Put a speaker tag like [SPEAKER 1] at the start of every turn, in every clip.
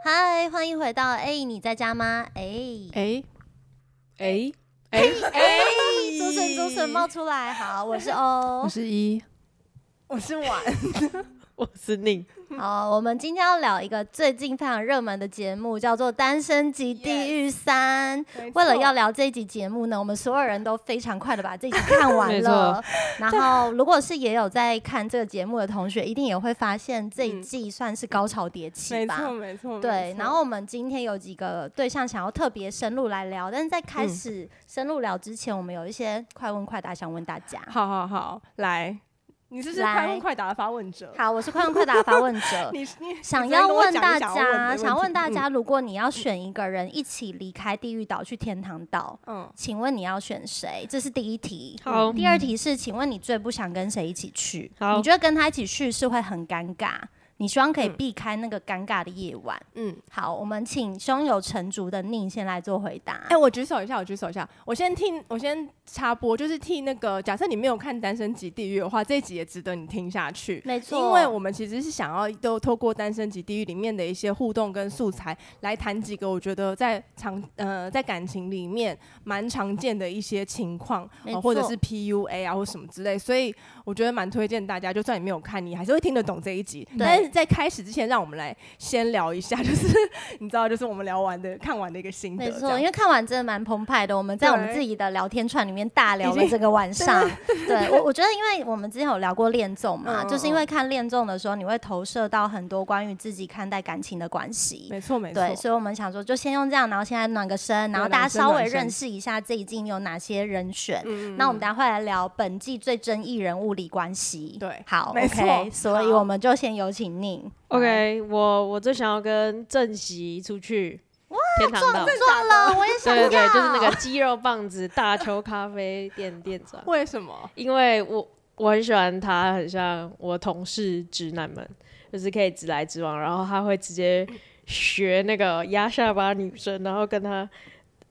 [SPEAKER 1] 嗨，欢迎回到哎、你在家吗？哎、
[SPEAKER 2] 哎哎哎
[SPEAKER 1] 哎，周神周神冒出来，好，我是 哦
[SPEAKER 2] 我
[SPEAKER 1] 欧。
[SPEAKER 2] 是一，
[SPEAKER 3] 我是婉，
[SPEAKER 2] 我是宁，
[SPEAKER 1] 好，我们今天要聊一个最近非常热门的节目，叫做《单身级地狱三》。为了要聊这一集节目呢，我们所有人都非常快的把这一集看完
[SPEAKER 2] 没
[SPEAKER 1] 了
[SPEAKER 2] 错。
[SPEAKER 1] 然后，如果是也有在看这个节目的同学，一定也会发现这一
[SPEAKER 3] 嗯
[SPEAKER 1] 季算是高潮迭起
[SPEAKER 3] 没
[SPEAKER 1] 吧。
[SPEAKER 3] 错没错，
[SPEAKER 1] 对
[SPEAKER 3] 没，错
[SPEAKER 1] 然后我们今天有几个对象想要特别深入来聊，但是在
[SPEAKER 3] 嗯
[SPEAKER 1] 开始深入聊之前，我们有一些快问快答想问大家。
[SPEAKER 3] 好好好，来，你是不是
[SPEAKER 1] 来
[SPEAKER 3] 快问快答的发问者？
[SPEAKER 1] 好，我是快问快答发问者，
[SPEAKER 3] 你你
[SPEAKER 1] 想
[SPEAKER 3] 你昨天
[SPEAKER 1] 要
[SPEAKER 3] 跟我
[SPEAKER 1] 问
[SPEAKER 3] 讲
[SPEAKER 1] 大
[SPEAKER 3] 你想要问的
[SPEAKER 1] 家，
[SPEAKER 3] 问
[SPEAKER 1] 想问
[SPEAKER 3] 题嗯
[SPEAKER 1] 大，家，如果你要选一个人一起离开地狱岛去天堂岛，
[SPEAKER 3] 嗯嗯，
[SPEAKER 1] 请问你要选谁？这是第一题。
[SPEAKER 2] 好
[SPEAKER 1] 第二题是，请问你最不想跟谁一起去？
[SPEAKER 2] 好
[SPEAKER 1] 你觉得跟他一起去是会很尴尬？你希望可以
[SPEAKER 3] 嗯
[SPEAKER 1] 避开那个尴尬的夜晚。
[SPEAKER 3] 嗯，
[SPEAKER 1] 好，我们请胸有成竹的宁先来做回答。
[SPEAKER 3] 哎、我举手一下，我举手一下，我先替我先插播，就是替那个假设你没有看《单身级地狱》的话，这一集也值得你听下去。
[SPEAKER 1] 没
[SPEAKER 3] 因为我们其实是想要都透过《单身级地狱》里面的一些互动跟素
[SPEAKER 1] 嗯
[SPEAKER 3] 材，来谈几个我觉得在常呃在感情里面蛮常见的一些情况、
[SPEAKER 1] 没
[SPEAKER 3] 呃或者
[SPEAKER 1] 错
[SPEAKER 3] 是 PUA 啊或什么之类，所以我觉得蛮推荐大家，就算你没有看，你还是会听得懂这一集。
[SPEAKER 1] 对
[SPEAKER 3] 但是在开始之前，让我们来先聊一下， 就是你知道，就是我们聊完的看完的一个心得
[SPEAKER 1] 没
[SPEAKER 3] 这样
[SPEAKER 1] 错，因为看完真的蛮澎湃的。我们在我们自己的聊天串里面大聊
[SPEAKER 3] 已
[SPEAKER 1] 了
[SPEAKER 3] 经
[SPEAKER 1] 这个晚上。 对我，我觉得因为我们之前有聊过恋综嘛，
[SPEAKER 3] 嗯嗯
[SPEAKER 1] 就是因为看恋综的时候，你会投射到很多关于自己看待感情的关系。
[SPEAKER 3] 没错没错，
[SPEAKER 1] 对，所以我们想说，就先用这样，然后现在暖个身，然后
[SPEAKER 3] 对
[SPEAKER 1] 大家
[SPEAKER 3] 暖身
[SPEAKER 1] 稍微
[SPEAKER 3] 暖身
[SPEAKER 1] 认识一下这一季有哪些人选。
[SPEAKER 3] 嗯
[SPEAKER 1] 那我们等下会来聊本季最争议人物李冠希。
[SPEAKER 3] 对
[SPEAKER 1] 好
[SPEAKER 3] 没错
[SPEAKER 1] ，OK，所以
[SPEAKER 3] 好
[SPEAKER 1] 我们就先有请宁。
[SPEAKER 2] OK，我我最想要跟正席出去天堂岛，
[SPEAKER 1] 做了，我也想要。
[SPEAKER 2] 哦对对对，就是那个鸡肉棒子大邱咖啡店店长，
[SPEAKER 3] 为什么？
[SPEAKER 2] 因为我我很喜欢他，很像我同事直男们，就是可以直来直往，然后他会直接学那个压下巴女生，然后跟他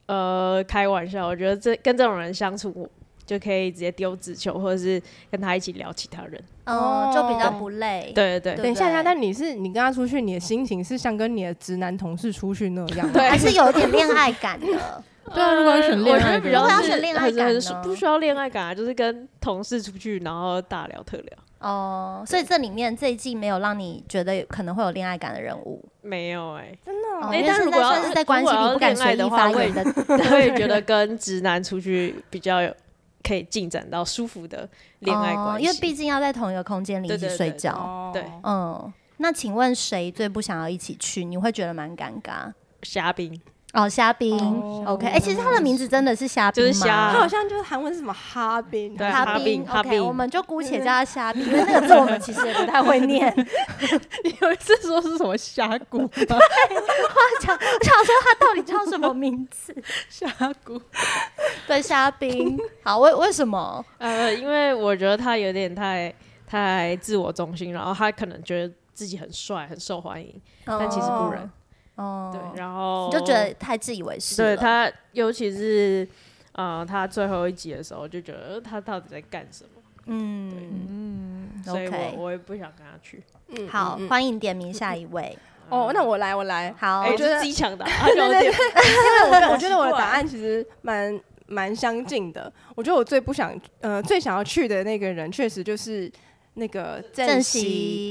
[SPEAKER 2] 呃开玩笑。我觉得这跟这种人相处，我就可以直接丢纸球，或者是跟他一起聊其他人。
[SPEAKER 1] 嗯，就比较
[SPEAKER 3] 哦
[SPEAKER 1] 不累。
[SPEAKER 2] 对对对，
[SPEAKER 1] 对
[SPEAKER 3] 等一
[SPEAKER 1] 不
[SPEAKER 3] 下，
[SPEAKER 1] 对
[SPEAKER 3] 下，但你是你跟他出去，你的心情是像跟你的直男同事出去那样吗？
[SPEAKER 2] 对
[SPEAKER 1] 还是有一点恋爱感 的。
[SPEAKER 2] 对
[SPEAKER 3] 啊如果要选恋爱
[SPEAKER 2] 呃我觉得
[SPEAKER 3] 感
[SPEAKER 2] 比较
[SPEAKER 1] 如果要
[SPEAKER 2] 是
[SPEAKER 1] 选恋爱
[SPEAKER 2] 还是还
[SPEAKER 1] 感
[SPEAKER 2] 是
[SPEAKER 1] 呢
[SPEAKER 2] 不需要恋爱感啊，就是跟同事出去，然后大聊特聊。
[SPEAKER 1] 哦，所以这里面这一季没有让你觉得可能会有恋爱感的人物，
[SPEAKER 2] 没有哎、
[SPEAKER 3] 真的
[SPEAKER 1] 哦
[SPEAKER 3] 哦
[SPEAKER 2] 哎
[SPEAKER 1] 因为
[SPEAKER 2] 但
[SPEAKER 1] 现
[SPEAKER 2] 如
[SPEAKER 1] 在
[SPEAKER 2] 果要
[SPEAKER 1] 算是在关系
[SPEAKER 2] 如果
[SPEAKER 1] 里
[SPEAKER 2] 要
[SPEAKER 1] 不敢随意发言的。
[SPEAKER 2] 我也觉得跟直男出去比较有可以进展到舒服的恋爱关
[SPEAKER 1] 哦
[SPEAKER 2] 系，
[SPEAKER 1] 因为毕竟要在同一个空间里一
[SPEAKER 2] 对
[SPEAKER 1] 起
[SPEAKER 2] 对对
[SPEAKER 1] 睡觉。
[SPEAKER 3] 哦
[SPEAKER 2] 对
[SPEAKER 1] 嗯，那请问谁最不想要一起去？你会觉得蛮尴尬
[SPEAKER 2] 虾兵
[SPEAKER 1] 哦，虾兵。
[SPEAKER 3] 哦
[SPEAKER 1] OK，哎，其实他的名字真的是虾兵吗？
[SPEAKER 2] 就是虾
[SPEAKER 3] 他好像就是韩文是什么哈宾，
[SPEAKER 2] 对
[SPEAKER 1] 哈
[SPEAKER 2] 哈
[SPEAKER 1] 冰
[SPEAKER 2] 冰哈
[SPEAKER 1] ，OK，
[SPEAKER 2] 冰
[SPEAKER 1] 我们就姑 且叫他虾兵，因为那个字我们其实也不太会念。
[SPEAKER 3] 你有一次说是什么峡谷 吗？
[SPEAKER 1] 我想，我 想说他到底叫什么名字？
[SPEAKER 3] 峡谷，
[SPEAKER 1] 对，虾兵。好，为为什么？
[SPEAKER 2] 呃，因为我觉得他有点太太自我中心，然后他可能觉得自己很帅、很受欢迎，但其实不然。
[SPEAKER 1] 哦，
[SPEAKER 2] 对
[SPEAKER 1] 哦，
[SPEAKER 2] 然后
[SPEAKER 1] 你就觉得太自以为是
[SPEAKER 2] 对
[SPEAKER 1] 了。
[SPEAKER 2] 他，尤其是呃，他最后一集的时候，就觉得呃他到底在干什么，
[SPEAKER 1] 嗯
[SPEAKER 2] 所以我
[SPEAKER 1] OK
[SPEAKER 2] 我也不想跟他去。
[SPEAKER 3] 嗯
[SPEAKER 1] 好，
[SPEAKER 3] 嗯嗯
[SPEAKER 1] 欢迎点名下一 位。
[SPEAKER 3] 哦，那我来，我来，
[SPEAKER 1] 好
[SPEAKER 2] 哎，这
[SPEAKER 3] 我觉
[SPEAKER 2] 是
[SPEAKER 3] 得
[SPEAKER 2] 自己抢 的啊，他就点
[SPEAKER 3] 因为我我觉得我的答案其实蛮蛮相近的。我觉得我最不想呃最想要去的那个人，确实就是那个
[SPEAKER 1] 郑
[SPEAKER 3] 熙。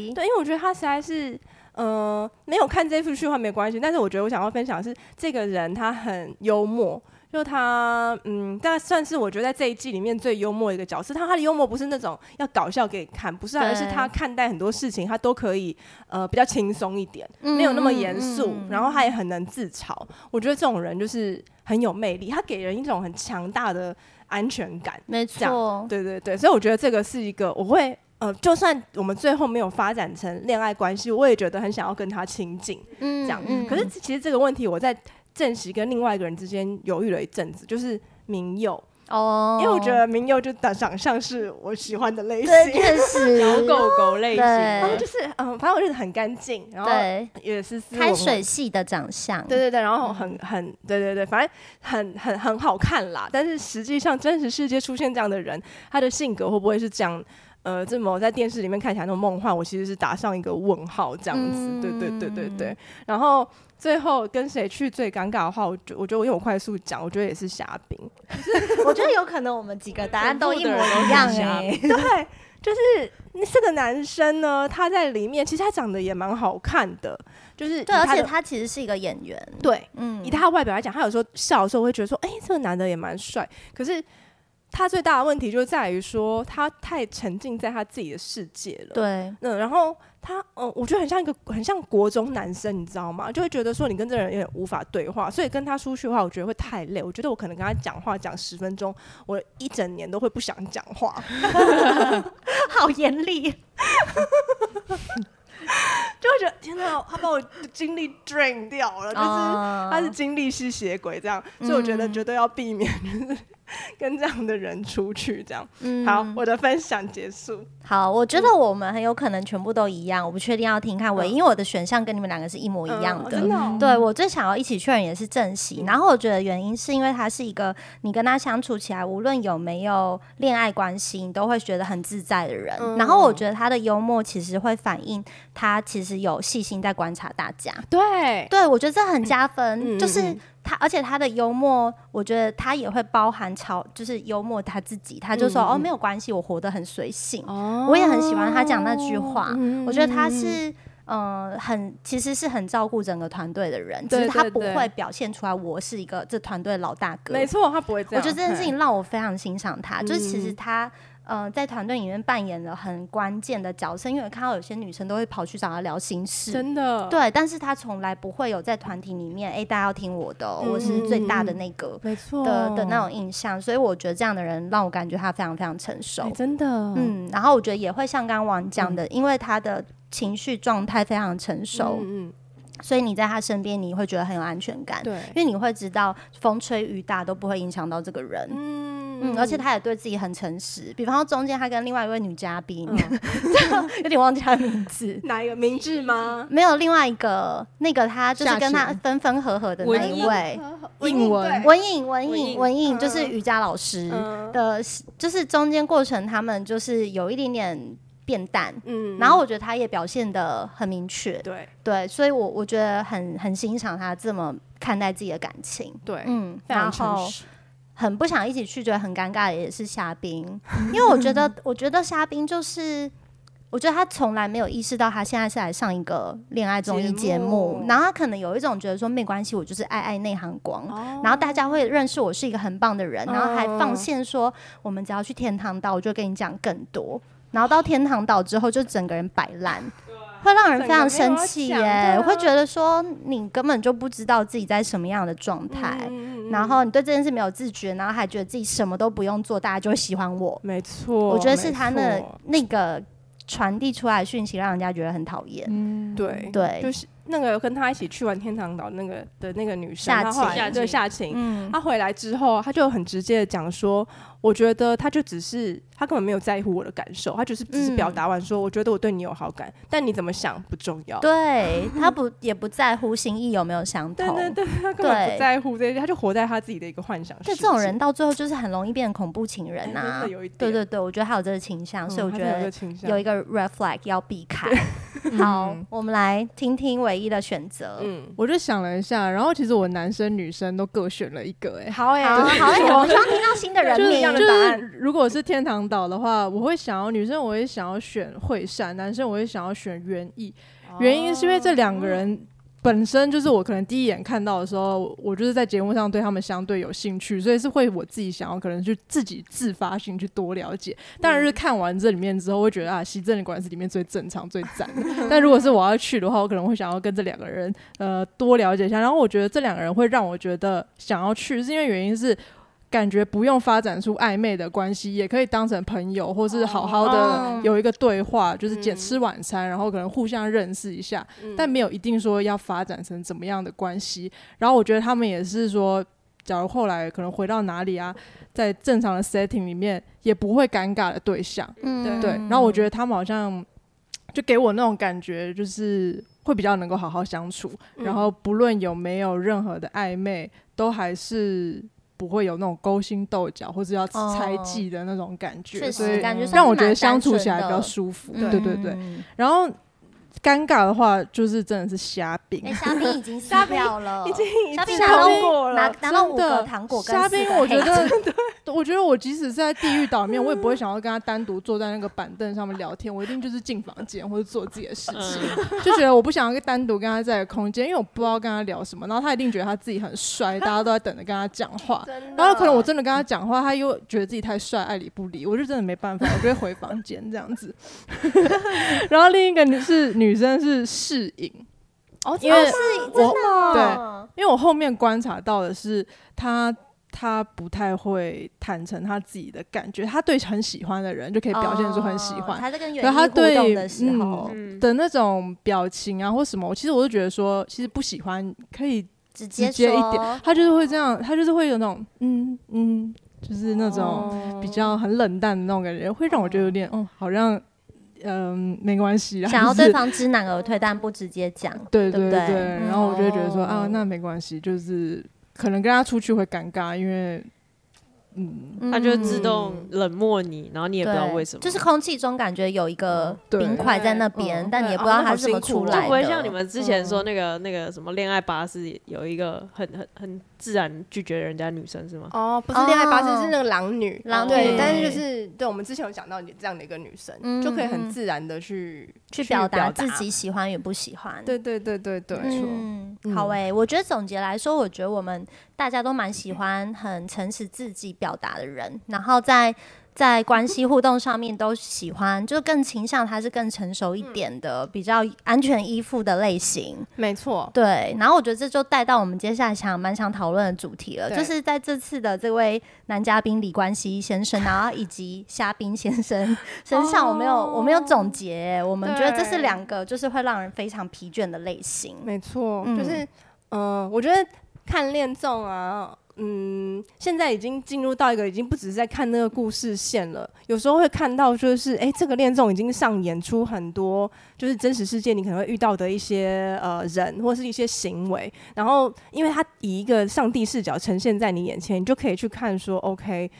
[SPEAKER 1] 熙，
[SPEAKER 3] 对，因为我觉得他实在是，呃，没有看这部剧的话没关系，但是我觉得我想要分享的是这个人他很幽默，就他，嗯，大概算是我觉得在这一季里面最幽默的一个角色。他他的幽默不是那种要搞笑给你看，不是、啊，而是
[SPEAKER 1] 对
[SPEAKER 3] 他看待很多事情他都可以，呃，比较轻松一点，
[SPEAKER 1] 嗯
[SPEAKER 3] 没有那么严肃，
[SPEAKER 1] 嗯嗯
[SPEAKER 3] 然后他也很能自嘲。我觉得这种人就是很有魅力，他给人一种很强大的安全感。
[SPEAKER 1] 没
[SPEAKER 3] 这
[SPEAKER 1] 错，
[SPEAKER 3] 对对对，所以我觉得这个是一个我会呃，就算我们最后没有发展成恋爱关系，我也觉得很想要跟他亲近
[SPEAKER 1] 嗯
[SPEAKER 3] 这样。可是其实这个问题我在正熙跟另外一个人之间犹豫了一阵子，就是明佑，
[SPEAKER 1] 哦
[SPEAKER 3] 因为我觉得明佑就长长相是我喜欢的类
[SPEAKER 1] 对，
[SPEAKER 3] 型。
[SPEAKER 1] 确实，
[SPEAKER 2] 小狗狗 类型
[SPEAKER 3] 然后
[SPEAKER 2] 的
[SPEAKER 1] 对，
[SPEAKER 3] 就是，嗯，反正我觉得很干净，然后
[SPEAKER 1] 对
[SPEAKER 3] 也是斯
[SPEAKER 1] 开
[SPEAKER 3] 文
[SPEAKER 1] 水系的长相，
[SPEAKER 3] 对对对，然后很很对对对，反正很很很好看啦。但是实际上真实世界出现这样的人，他的性格会不会是这样？
[SPEAKER 4] 呃这么在电视里面看起来那种梦幻，我其实是打上一个问号这样子。对对对对
[SPEAKER 1] 嗯
[SPEAKER 4] 对。然后最后跟谁去最尴尬的话，我觉我觉得我因为我快速讲，我觉得也是霞 冰。
[SPEAKER 1] 我觉得有可能我们几个答案都一模一样哎、
[SPEAKER 4] 对，就是那这个男生呢，他在里面其实他长得也蛮好看的，就是以
[SPEAKER 1] 对，而
[SPEAKER 4] 他
[SPEAKER 1] 且
[SPEAKER 4] 的
[SPEAKER 1] 他其实是一个演员，
[SPEAKER 4] 对
[SPEAKER 1] 嗯
[SPEAKER 4] 以他的外表来讲，他有时候笑的时候，我会觉得说，哎、这个男的也蛮帅。可是他最大的问题就在于说，他太沉浸在他自己的世界了。，
[SPEAKER 1] 对，
[SPEAKER 4] 嗯，然后他，嗯，我觉得很像一个很像国中男生，你知道吗？就会觉得说你跟这个人有点无法对话，所以跟他出去的话，我觉得会太累。我觉得我可能跟他讲话讲十分钟，我一整年都会不想讲 话。
[SPEAKER 1] 好严厉，
[SPEAKER 4] 就会觉得天哪，他把我的精力 drain 掉了，
[SPEAKER 1] 哦
[SPEAKER 4] 就是他是精力吸血鬼这样，所以我觉得
[SPEAKER 1] 嗯
[SPEAKER 4] 绝对要避免，就是 跟这样的人出去这样。
[SPEAKER 1] 是
[SPEAKER 4] 好，我的分享结束。
[SPEAKER 1] 嗯好，我觉得我们很有可能全部都一样，我不确定要听看我，
[SPEAKER 4] 嗯
[SPEAKER 1] 因为我的选项跟你们两个是一模一样
[SPEAKER 4] 嗯
[SPEAKER 1] 的。
[SPEAKER 4] 真的嗯哦
[SPEAKER 1] 对我最想要一起去的人也是正熙，然后我觉得原因是因为他是一个你跟他相处起来，无论有没有恋爱关系，你都会觉得很自在的人。
[SPEAKER 4] 嗯
[SPEAKER 1] 然后我觉得他的幽默其实会反映他其实有细心在观察大家。
[SPEAKER 4] 对，
[SPEAKER 1] 对，我觉得这很加分，
[SPEAKER 4] 嗯
[SPEAKER 1] 就是
[SPEAKER 4] 嗯
[SPEAKER 1] 他，而且他的幽默，我觉得他也会包含超，就是幽默他自己，他就说、
[SPEAKER 4] 嗯嗯
[SPEAKER 1] 哦
[SPEAKER 4] 嗯
[SPEAKER 1] 没有关系，我活得很随性。
[SPEAKER 4] 哦
[SPEAKER 1] 我也很喜欢他讲那句话，
[SPEAKER 4] 嗯
[SPEAKER 1] 我觉得他是。嗯，很其实是很照顾整个团队的人，只
[SPEAKER 4] 对
[SPEAKER 1] 是他
[SPEAKER 4] 对
[SPEAKER 1] 不
[SPEAKER 4] 对
[SPEAKER 1] 会表现出来我是一个这团队老大哥。
[SPEAKER 4] 没错，他不会这
[SPEAKER 1] 我
[SPEAKER 4] 样。
[SPEAKER 1] 觉得这件事
[SPEAKER 4] 嘿
[SPEAKER 1] 情让我非常欣赏他，就是其实
[SPEAKER 4] 嗯
[SPEAKER 1] 他呃在团队里面扮演了很关键的角色，因为我看到有些女生都会跑去找他聊心事，
[SPEAKER 4] 真的，
[SPEAKER 1] 对，但是他从来不会有在团体里面，哎、大家要听我的哦、
[SPEAKER 4] 嗯哦
[SPEAKER 1] 我是最大的那个
[SPEAKER 4] 没错
[SPEAKER 1] 的的那种印象，所以我觉得这样的人让我感觉他非常非常成熟
[SPEAKER 4] 哎，。真的，嗯
[SPEAKER 1] 嗯，然后我觉得也会像刚刚王讲的，因为他的情绪状态非常成熟，
[SPEAKER 4] 嗯，
[SPEAKER 1] 所以你在他身边你会觉得很有安全感，
[SPEAKER 4] 对
[SPEAKER 1] 因，为你会知道风吹雨打都不会影响到这个人。
[SPEAKER 4] 嗯
[SPEAKER 1] 嗯，而且他也对自己很诚实。比方说，中间他跟另外一位女嘉宾，
[SPEAKER 4] 嗯
[SPEAKER 1] 有点忘记她的名字，
[SPEAKER 4] 哪一个明智吗？
[SPEAKER 1] 没有另外一个那个他就是
[SPEAKER 2] 夏
[SPEAKER 1] 跟他
[SPEAKER 2] 雪
[SPEAKER 1] 分分合合的那
[SPEAKER 2] 文
[SPEAKER 1] 一
[SPEAKER 2] 英
[SPEAKER 1] 位，
[SPEAKER 2] 英文
[SPEAKER 4] 对
[SPEAKER 1] 文颖文
[SPEAKER 2] 文
[SPEAKER 1] 颖
[SPEAKER 2] 颖
[SPEAKER 1] 文颖就
[SPEAKER 4] 嗯
[SPEAKER 1] 是瑜伽老师
[SPEAKER 4] 嗯
[SPEAKER 1] 的，就是中间过程他们就是有一点点变淡，
[SPEAKER 4] 嗯
[SPEAKER 1] 然后我觉得他也表现的很明确，
[SPEAKER 4] 对
[SPEAKER 1] 对，所以我我觉得很很欣赏他这么看待自己的感情，
[SPEAKER 4] 对，
[SPEAKER 1] 嗯，
[SPEAKER 4] 非
[SPEAKER 1] 然
[SPEAKER 4] 常诚
[SPEAKER 1] 后
[SPEAKER 4] 实。
[SPEAKER 1] 很不想一起去，觉得很尴尬的也是虾兵，
[SPEAKER 4] 嗯
[SPEAKER 1] 因为我觉得，我觉得虾兵就是，我觉得他从来没有意识到他现在是来上一个恋爱综艺节
[SPEAKER 4] 节
[SPEAKER 1] 目
[SPEAKER 4] 目，
[SPEAKER 1] 然后他可能有一种觉得说没关系，我就是爱爱内行光。
[SPEAKER 4] 哦
[SPEAKER 1] 然后大家会认识我是一个很棒的
[SPEAKER 4] 嗯
[SPEAKER 1] 人，然后还放线说我们只要去天堂岛，我就跟你讲更多。然后到天堂岛之后，就整个人摆烂，会让人非常生气耶、
[SPEAKER 4] 整个没有要讲对啊
[SPEAKER 1] 会觉得说你根本就不知道自己在什么样的状态。
[SPEAKER 4] 嗯嗯嗯
[SPEAKER 1] 然后你对这件事没有自觉，然后还觉得自己什么都不用做，大家就会喜欢我。
[SPEAKER 4] 没错，
[SPEAKER 1] 我觉得是他
[SPEAKER 4] 没
[SPEAKER 1] 那
[SPEAKER 4] 错
[SPEAKER 1] 那个传递出来的讯息，让人家觉得很讨
[SPEAKER 4] 嗯
[SPEAKER 1] 厌。
[SPEAKER 3] 嗯
[SPEAKER 4] 对
[SPEAKER 1] 对
[SPEAKER 4] 就是那个跟他一起去玩天堂岛那个的那个女生，
[SPEAKER 1] 夏
[SPEAKER 4] 她后来
[SPEAKER 2] 晴
[SPEAKER 4] 对
[SPEAKER 2] 夏
[SPEAKER 4] 夏晴，
[SPEAKER 1] 嗯，
[SPEAKER 4] 她回来之后，她就很直接的讲说，我觉得她就只是她根本没有在乎我的感受，她就是只是表达完说，我觉得我对你有好感，但你怎么想不重要。
[SPEAKER 1] 对他不也不在乎心意有没有相
[SPEAKER 4] 对
[SPEAKER 1] 同。
[SPEAKER 4] 对对，她根本不在乎这些，她就活在她自己的一个幻想世界。
[SPEAKER 1] 对这种人到最后就是很容易变成恐怖情人
[SPEAKER 4] 哎真
[SPEAKER 1] 呐、
[SPEAKER 4] 的有一点
[SPEAKER 1] 对对对，我觉得他有这个倾向，
[SPEAKER 4] 嗯，
[SPEAKER 1] 所以我
[SPEAKER 4] 她
[SPEAKER 1] 觉
[SPEAKER 4] 真的
[SPEAKER 1] 得
[SPEAKER 4] 有这个倾向
[SPEAKER 1] 有一个 red flag 要避开。好，我们来听听唯一的选择。
[SPEAKER 4] 嗯，
[SPEAKER 3] 我就想了一下，然后其实我男生女生都各选了一个、欸，
[SPEAKER 4] 好哎
[SPEAKER 1] 好，好，哎我们希望听到新的人
[SPEAKER 3] 就是
[SPEAKER 1] 名。
[SPEAKER 3] 就
[SPEAKER 4] 答案
[SPEAKER 3] 是如果是天堂岛的话，我会想要女生，我会想要选惠善，男生我会想要选园艺。
[SPEAKER 1] 哦
[SPEAKER 3] 原因是因为这两个人本身就是我可能第一眼看到的时候，我就是在节目上对他们相对有兴趣，所以是会我自己想要可能去自己自发性去多了解。
[SPEAKER 1] 嗯
[SPEAKER 3] 当然是看完这里面之后，会觉得啊，西镇果然是里面最正常、最赞的。但如果是我要去的话，我可能会想要跟这两个人呃多了解一下。然后我觉得这两个人会让我觉得想要去，是因为原因是。感觉不用发展出暧昧的关系，也可以当成朋友，或是好好
[SPEAKER 4] 哦
[SPEAKER 3] 的有一个对话，就是姐
[SPEAKER 4] 嗯
[SPEAKER 3] 吃晚餐，然后可能互相认识一下，但没有一定说要发展成怎么样的关系。然后我觉得他们也是说，假如后来可能回到哪里啊，在正常的 setting 里面也不会尴尬的对象，
[SPEAKER 1] 嗯，
[SPEAKER 3] 对。然后我觉得他们好像就给我那种感觉，就是会比较能够
[SPEAKER 1] 嗯
[SPEAKER 2] 嗯
[SPEAKER 3] 好好相处，然后不论有没有任何的暧昧，都还是不会有那种勾心斗角或者要
[SPEAKER 1] 哦
[SPEAKER 3] 猜忌的那种感觉，
[SPEAKER 1] 确
[SPEAKER 3] 所
[SPEAKER 1] 实
[SPEAKER 3] 以
[SPEAKER 1] 感觉
[SPEAKER 4] 嗯
[SPEAKER 1] 算
[SPEAKER 3] 让
[SPEAKER 1] 是
[SPEAKER 3] 我觉
[SPEAKER 1] 蛮
[SPEAKER 3] 得相
[SPEAKER 1] 单
[SPEAKER 3] 处
[SPEAKER 1] 纯
[SPEAKER 3] 起来比较
[SPEAKER 1] 的
[SPEAKER 3] 舒服。
[SPEAKER 1] 嗯
[SPEAKER 3] 对对对，
[SPEAKER 1] 嗯
[SPEAKER 3] 然后尴尬的话就是真的是虾饼
[SPEAKER 1] 哎，，虾饼已经撕掉了，
[SPEAKER 4] 已经
[SPEAKER 1] 虾饼
[SPEAKER 3] 经
[SPEAKER 1] 拿
[SPEAKER 3] 超
[SPEAKER 1] 到
[SPEAKER 3] 过
[SPEAKER 1] 拿拿到
[SPEAKER 3] 真
[SPEAKER 1] 五个
[SPEAKER 3] 的
[SPEAKER 1] 糖果跟
[SPEAKER 3] 虾
[SPEAKER 1] 四
[SPEAKER 3] 兵，
[SPEAKER 1] 个
[SPEAKER 3] 我觉
[SPEAKER 1] 黑
[SPEAKER 3] 得，我觉得我即使是在地狱岛里面，我
[SPEAKER 1] 嗯
[SPEAKER 3] 也不会想要跟他单独坐在那个板凳上面聊天，我一定就是进房间或者做自己的事情，就觉得我不想要单独跟他在一个空间，因为我不知道跟他聊什么，然后他一定觉得他自己 很帅，大家都在等着跟他讲话。
[SPEAKER 4] 真的
[SPEAKER 3] 然后可
[SPEAKER 1] 嗯
[SPEAKER 3] 能我真的跟他讲话，他又觉得自己太帅，爱理不理，我就真的没 办法，我就会回房间这样子。然后另一个是女生是适应，
[SPEAKER 4] 哦，
[SPEAKER 3] 因为
[SPEAKER 4] 哦
[SPEAKER 1] 是
[SPEAKER 3] 我
[SPEAKER 1] 真的哦，
[SPEAKER 3] 因为我后面观察到的是，他他不太会坦诚他自己的感觉，他对很喜欢的人就可以表现出很喜
[SPEAKER 1] 哦
[SPEAKER 3] 欢、
[SPEAKER 1] 他在跟
[SPEAKER 3] 然
[SPEAKER 1] 园艺
[SPEAKER 3] 后他
[SPEAKER 1] 互动
[SPEAKER 3] 对
[SPEAKER 1] 的时候，
[SPEAKER 2] 嗯
[SPEAKER 3] 的那种表情啊或什么。其实我就觉得说，其实不喜欢可以
[SPEAKER 1] 直接
[SPEAKER 3] 直接一
[SPEAKER 1] 说
[SPEAKER 3] 点，他就是会这样，他就是会有那种嗯嗯，就是那种
[SPEAKER 4] 哦
[SPEAKER 3] 比较很冷淡的那种感觉，会让我觉得有点哦，好像嗯没关系啦，
[SPEAKER 1] 想要
[SPEAKER 3] 就
[SPEAKER 1] 对
[SPEAKER 3] 是
[SPEAKER 1] 方知难而退，但不直接讲。
[SPEAKER 3] 对
[SPEAKER 1] 对不
[SPEAKER 3] 对
[SPEAKER 1] 对
[SPEAKER 3] 然后我就会觉得说、啊
[SPEAKER 1] 哦，
[SPEAKER 3] 那没关系，就是可能跟他出去会尴尬，因为嗯，
[SPEAKER 2] 他就自动冷漠你，然后你也
[SPEAKER 1] 也
[SPEAKER 2] 不知道为什么，
[SPEAKER 1] 嗯就是空气中感觉有一个
[SPEAKER 3] 对
[SPEAKER 1] 冰块在那边，
[SPEAKER 4] 对
[SPEAKER 1] 但你也
[SPEAKER 4] 嗯
[SPEAKER 1] 不知道
[SPEAKER 4] 哦那
[SPEAKER 1] 它
[SPEAKER 4] 好
[SPEAKER 1] 是怎么
[SPEAKER 4] 辛苦
[SPEAKER 1] 出
[SPEAKER 4] 哦
[SPEAKER 1] 来的。
[SPEAKER 2] 就不会像你们之前说那个、那个什么恋爱巴士有一个很很很自然拒绝人家女生是吗？
[SPEAKER 4] 哦，不是恋爱巴士，
[SPEAKER 1] 哦
[SPEAKER 4] 是那个狼女。
[SPEAKER 1] 狼
[SPEAKER 4] 对
[SPEAKER 1] 女，
[SPEAKER 4] 但是就是对我们之前有讲到你这样的一个女生
[SPEAKER 1] 嗯，
[SPEAKER 4] 就可以很自然的去
[SPEAKER 1] 去表达自己。喜欢与不喜欢。
[SPEAKER 4] 对对对对对，
[SPEAKER 1] 嗯，
[SPEAKER 4] 嗯
[SPEAKER 1] 好诶、我觉得总结来说，我觉得我们大家都蛮喜欢很诚实自己表达的人，然后在在关系互动上面都喜欢，就更倾向他是更成熟一点的，比较安全依附的类型。
[SPEAKER 4] 没错。
[SPEAKER 1] 对，然后我觉得这就带到我们接下来想蛮想讨论的主题了，
[SPEAKER 4] 对
[SPEAKER 1] 就是在这次的这位男嘉宾李冠希先生，然后以及虾兵先生身上，我没有、我没有总结，欸我们觉得这是
[SPEAKER 4] 对
[SPEAKER 1] 两个就是会让人非常疲倦的类型。
[SPEAKER 4] 没错，
[SPEAKER 1] 嗯
[SPEAKER 4] 就是呃，我觉得看恋综啊，嗯，现在已经进入到一个已经不只是在看那个故事线了，有时候会看到就是，哎、这个恋综已经上演出很多就是真实世界你可能会遇到的一些呃人或是一些行为，然后因为它以一个上帝视角呈现在你眼前，你就可以去看说，OK，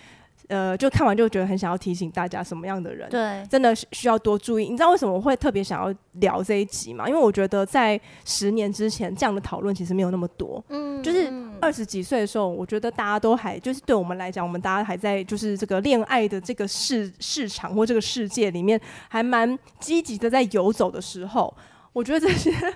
[SPEAKER 4] 呃，就看完就觉得很想要提醒大家什么样的人
[SPEAKER 1] 对，
[SPEAKER 4] 真的是需要多注意。你知道为什么我会特别想要聊这一集吗？因为我觉得在十年之前，这样的讨论其实没有那么多。
[SPEAKER 1] 嗯
[SPEAKER 4] 就是
[SPEAKER 1] 嗯
[SPEAKER 4] 二十几岁的时候，我觉得大家都还就是对我们来讲，我们大家还在就是这个恋爱的这个市市场或这个世界里面，还蛮积极的在游走的时候，我觉得这些就是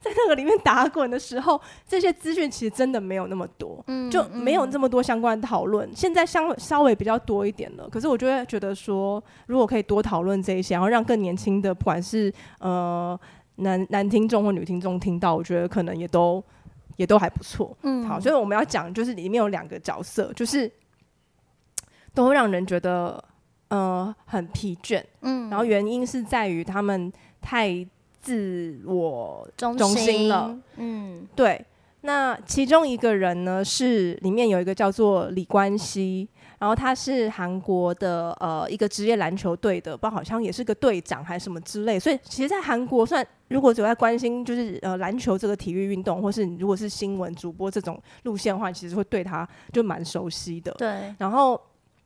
[SPEAKER 4] 在那个里面打滚的时候，这些资讯其实真的没有那么多。
[SPEAKER 1] 嗯
[SPEAKER 4] 就没有这么多相关的讨论。现在相稍微比较多一点了，可是我就会觉得说，如果可以多讨论这一些，然后让更年轻的，不管是呃男男听众或女听众听到，我觉得可能也都也都还不错。
[SPEAKER 1] 嗯
[SPEAKER 4] 好，所以我们要讲就是里面有两个角色，就是都会让人觉得呃很疲倦，
[SPEAKER 1] 嗯
[SPEAKER 4] 然后原因是在于他们太自我
[SPEAKER 1] 中
[SPEAKER 4] 中
[SPEAKER 1] 心
[SPEAKER 4] 心了，
[SPEAKER 1] 嗯
[SPEAKER 4] 对，那其中一个人呢是里面有一个叫做李冠希，然后他是韩国的呃一个职业篮球队的，不知道好像也是个队长还是什么之类，所以其实，在韩国算如果只有在关心就是呃篮球这个体育运动，或是你如果是新闻主播这种路线的话，其实会对他就蛮熟悉的。
[SPEAKER 1] 对，
[SPEAKER 4] 然后